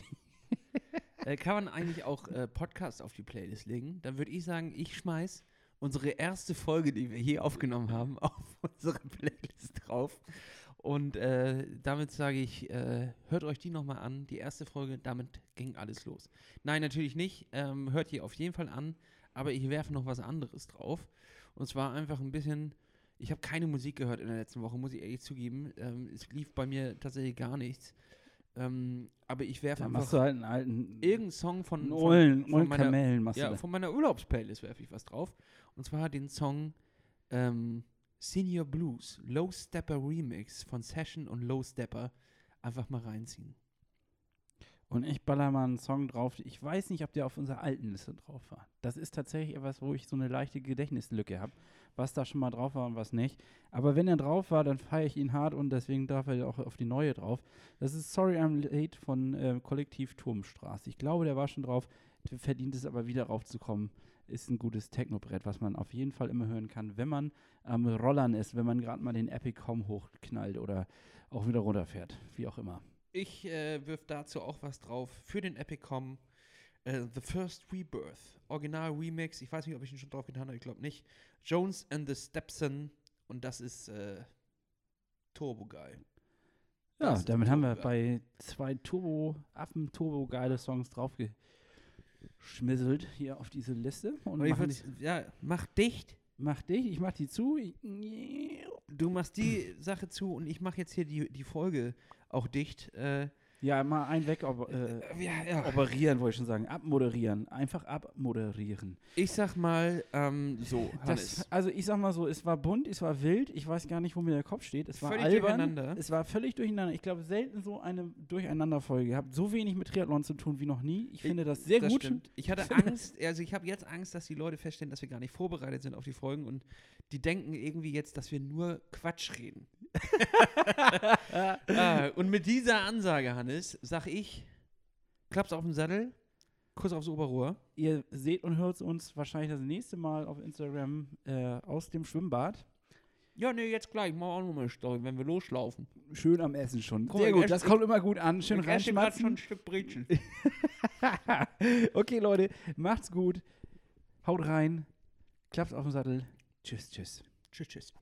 Speaker 1: Äh, kann man eigentlich auch äh, Podcasts auf die Playlist legen? Dann würde ich sagen, ich schmeiß unsere erste Folge, die wir hier aufgenommen haben, auf unsere Playlist drauf. Und äh, damit sage ich, äh, hört euch die nochmal an, die erste Folge, damit ging alles los. Nein, natürlich nicht, ähm, hört die auf jeden Fall an, aber ich werfe noch was anderes drauf. Und zwar einfach ein bisschen, ich habe keine Musik gehört in der letzten Woche, muss ich ehrlich zugeben. Ähm, es lief bei mir tatsächlich gar nichts. Ähm, aber ich werfe
Speaker 2: Da
Speaker 1: einfach
Speaker 2: machst du halt einen alten
Speaker 1: irgendeinen Song von,
Speaker 2: einen
Speaker 1: von,
Speaker 2: Ollen,
Speaker 1: von
Speaker 2: Ollen
Speaker 1: meiner-
Speaker 2: Kamellen machst
Speaker 1: ja,
Speaker 2: du da.
Speaker 1: von meiner Urlaubsplaylist werfe ich was drauf. Und zwar den Song ähm, Senior Blues, Low Stepper Remix von Session und Low Stepper. Einfach mal reinziehen.
Speaker 2: Und ich baller mal einen Song drauf. Ich weiß nicht, ob der auf unserer alten Liste drauf war. Das ist tatsächlich etwas, wo ich so eine leichte Gedächtnislücke habe, was da schon mal drauf war und was nicht. Aber wenn er drauf war, dann feiere ich ihn hart und deswegen darf er auch auf die neue drauf. Das ist Sorry I'm Late von äh, Kollektiv Turmstraße. Ich glaube, der war schon drauf. Der Verdient es aber wieder raufzukommen. Ist ein gutes Technobrett, was man auf jeden Fall immer hören kann, wenn man am Rollern ist, wenn man gerade mal den Epic Home hochknallt oder auch wieder runterfährt. Wie auch immer.
Speaker 1: Ich äh, wirf dazu auch was drauf für den Epicom. Äh, the First Rebirth, Original Remix. Ich weiß nicht, ob ich ihn schon drauf getan habe, ich glaube nicht. Jones and the Stepson. Und das ist äh, Turbo Guy.
Speaker 2: Ja,
Speaker 1: Das ist
Speaker 2: damit
Speaker 1: ein
Speaker 2: haben wir
Speaker 1: Turbo-Guy.
Speaker 2: bei zwei Turbo, Affen Turbo geile Songs draufgeschmisselt hier auf diese Liste. Und
Speaker 1: Und ich
Speaker 2: machen
Speaker 1: würd's- ja, mach dicht.
Speaker 2: die, mach dich, ich mach die zu. Ich,
Speaker 1: Du machst die Sache zu und ich mache jetzt hier die, die Folge auch dicht. Äh,
Speaker 2: ja, mal ein weg ob, äh,
Speaker 1: ja, ja.
Speaker 2: operieren, wollte ich schon sagen. Abmoderieren. Einfach abmoderieren.
Speaker 1: Ich sag mal, ähm, so, Hannes.
Speaker 2: Das, also ich sag mal so, es war bunt, es war wild, ich weiß gar nicht, wo mir der Kopf steht. Es war
Speaker 1: Völlig
Speaker 2: albern,
Speaker 1: durcheinander.
Speaker 2: es war völlig durcheinander. Ich glaube, selten so eine Durcheinanderfolge. Ihr habt so wenig mit Triathlon zu tun wie noch nie. Ich finde das sehr
Speaker 1: Das
Speaker 2: gut.
Speaker 1: stimmt. Ich hatte Angst, also ich habe jetzt Angst, dass die Leute feststellen, dass wir gar nicht vorbereitet sind auf die Folgen und die denken irgendwie jetzt, dass wir nur Quatsch reden. ah, und mit dieser Ansage, Hannes, sag ich, klapp's auf den Sattel, Kuss aufs Oberrohr.
Speaker 2: Ihr seht und hört uns wahrscheinlich das nächste Mal auf Instagram äh, aus dem Schwimmbad.
Speaker 1: Ja, nee, jetzt gleich, mal auch nochmal eine Story, wenn wir loslaufen.
Speaker 2: Schön am Essen schon.
Speaker 1: Guck mal,
Speaker 2: Sehr
Speaker 1: ich
Speaker 2: gut,
Speaker 1: esse-
Speaker 2: das kommt immer gut an. Schön
Speaker 1: Ich esse grad schon ein
Speaker 2: reinschmatzen.
Speaker 1: Stück Brezel.
Speaker 2: okay, Leute, macht's gut. Haut rein. Klappt auf den Sattel. Tschüss, tschüss.
Speaker 1: tschüss, tschüss.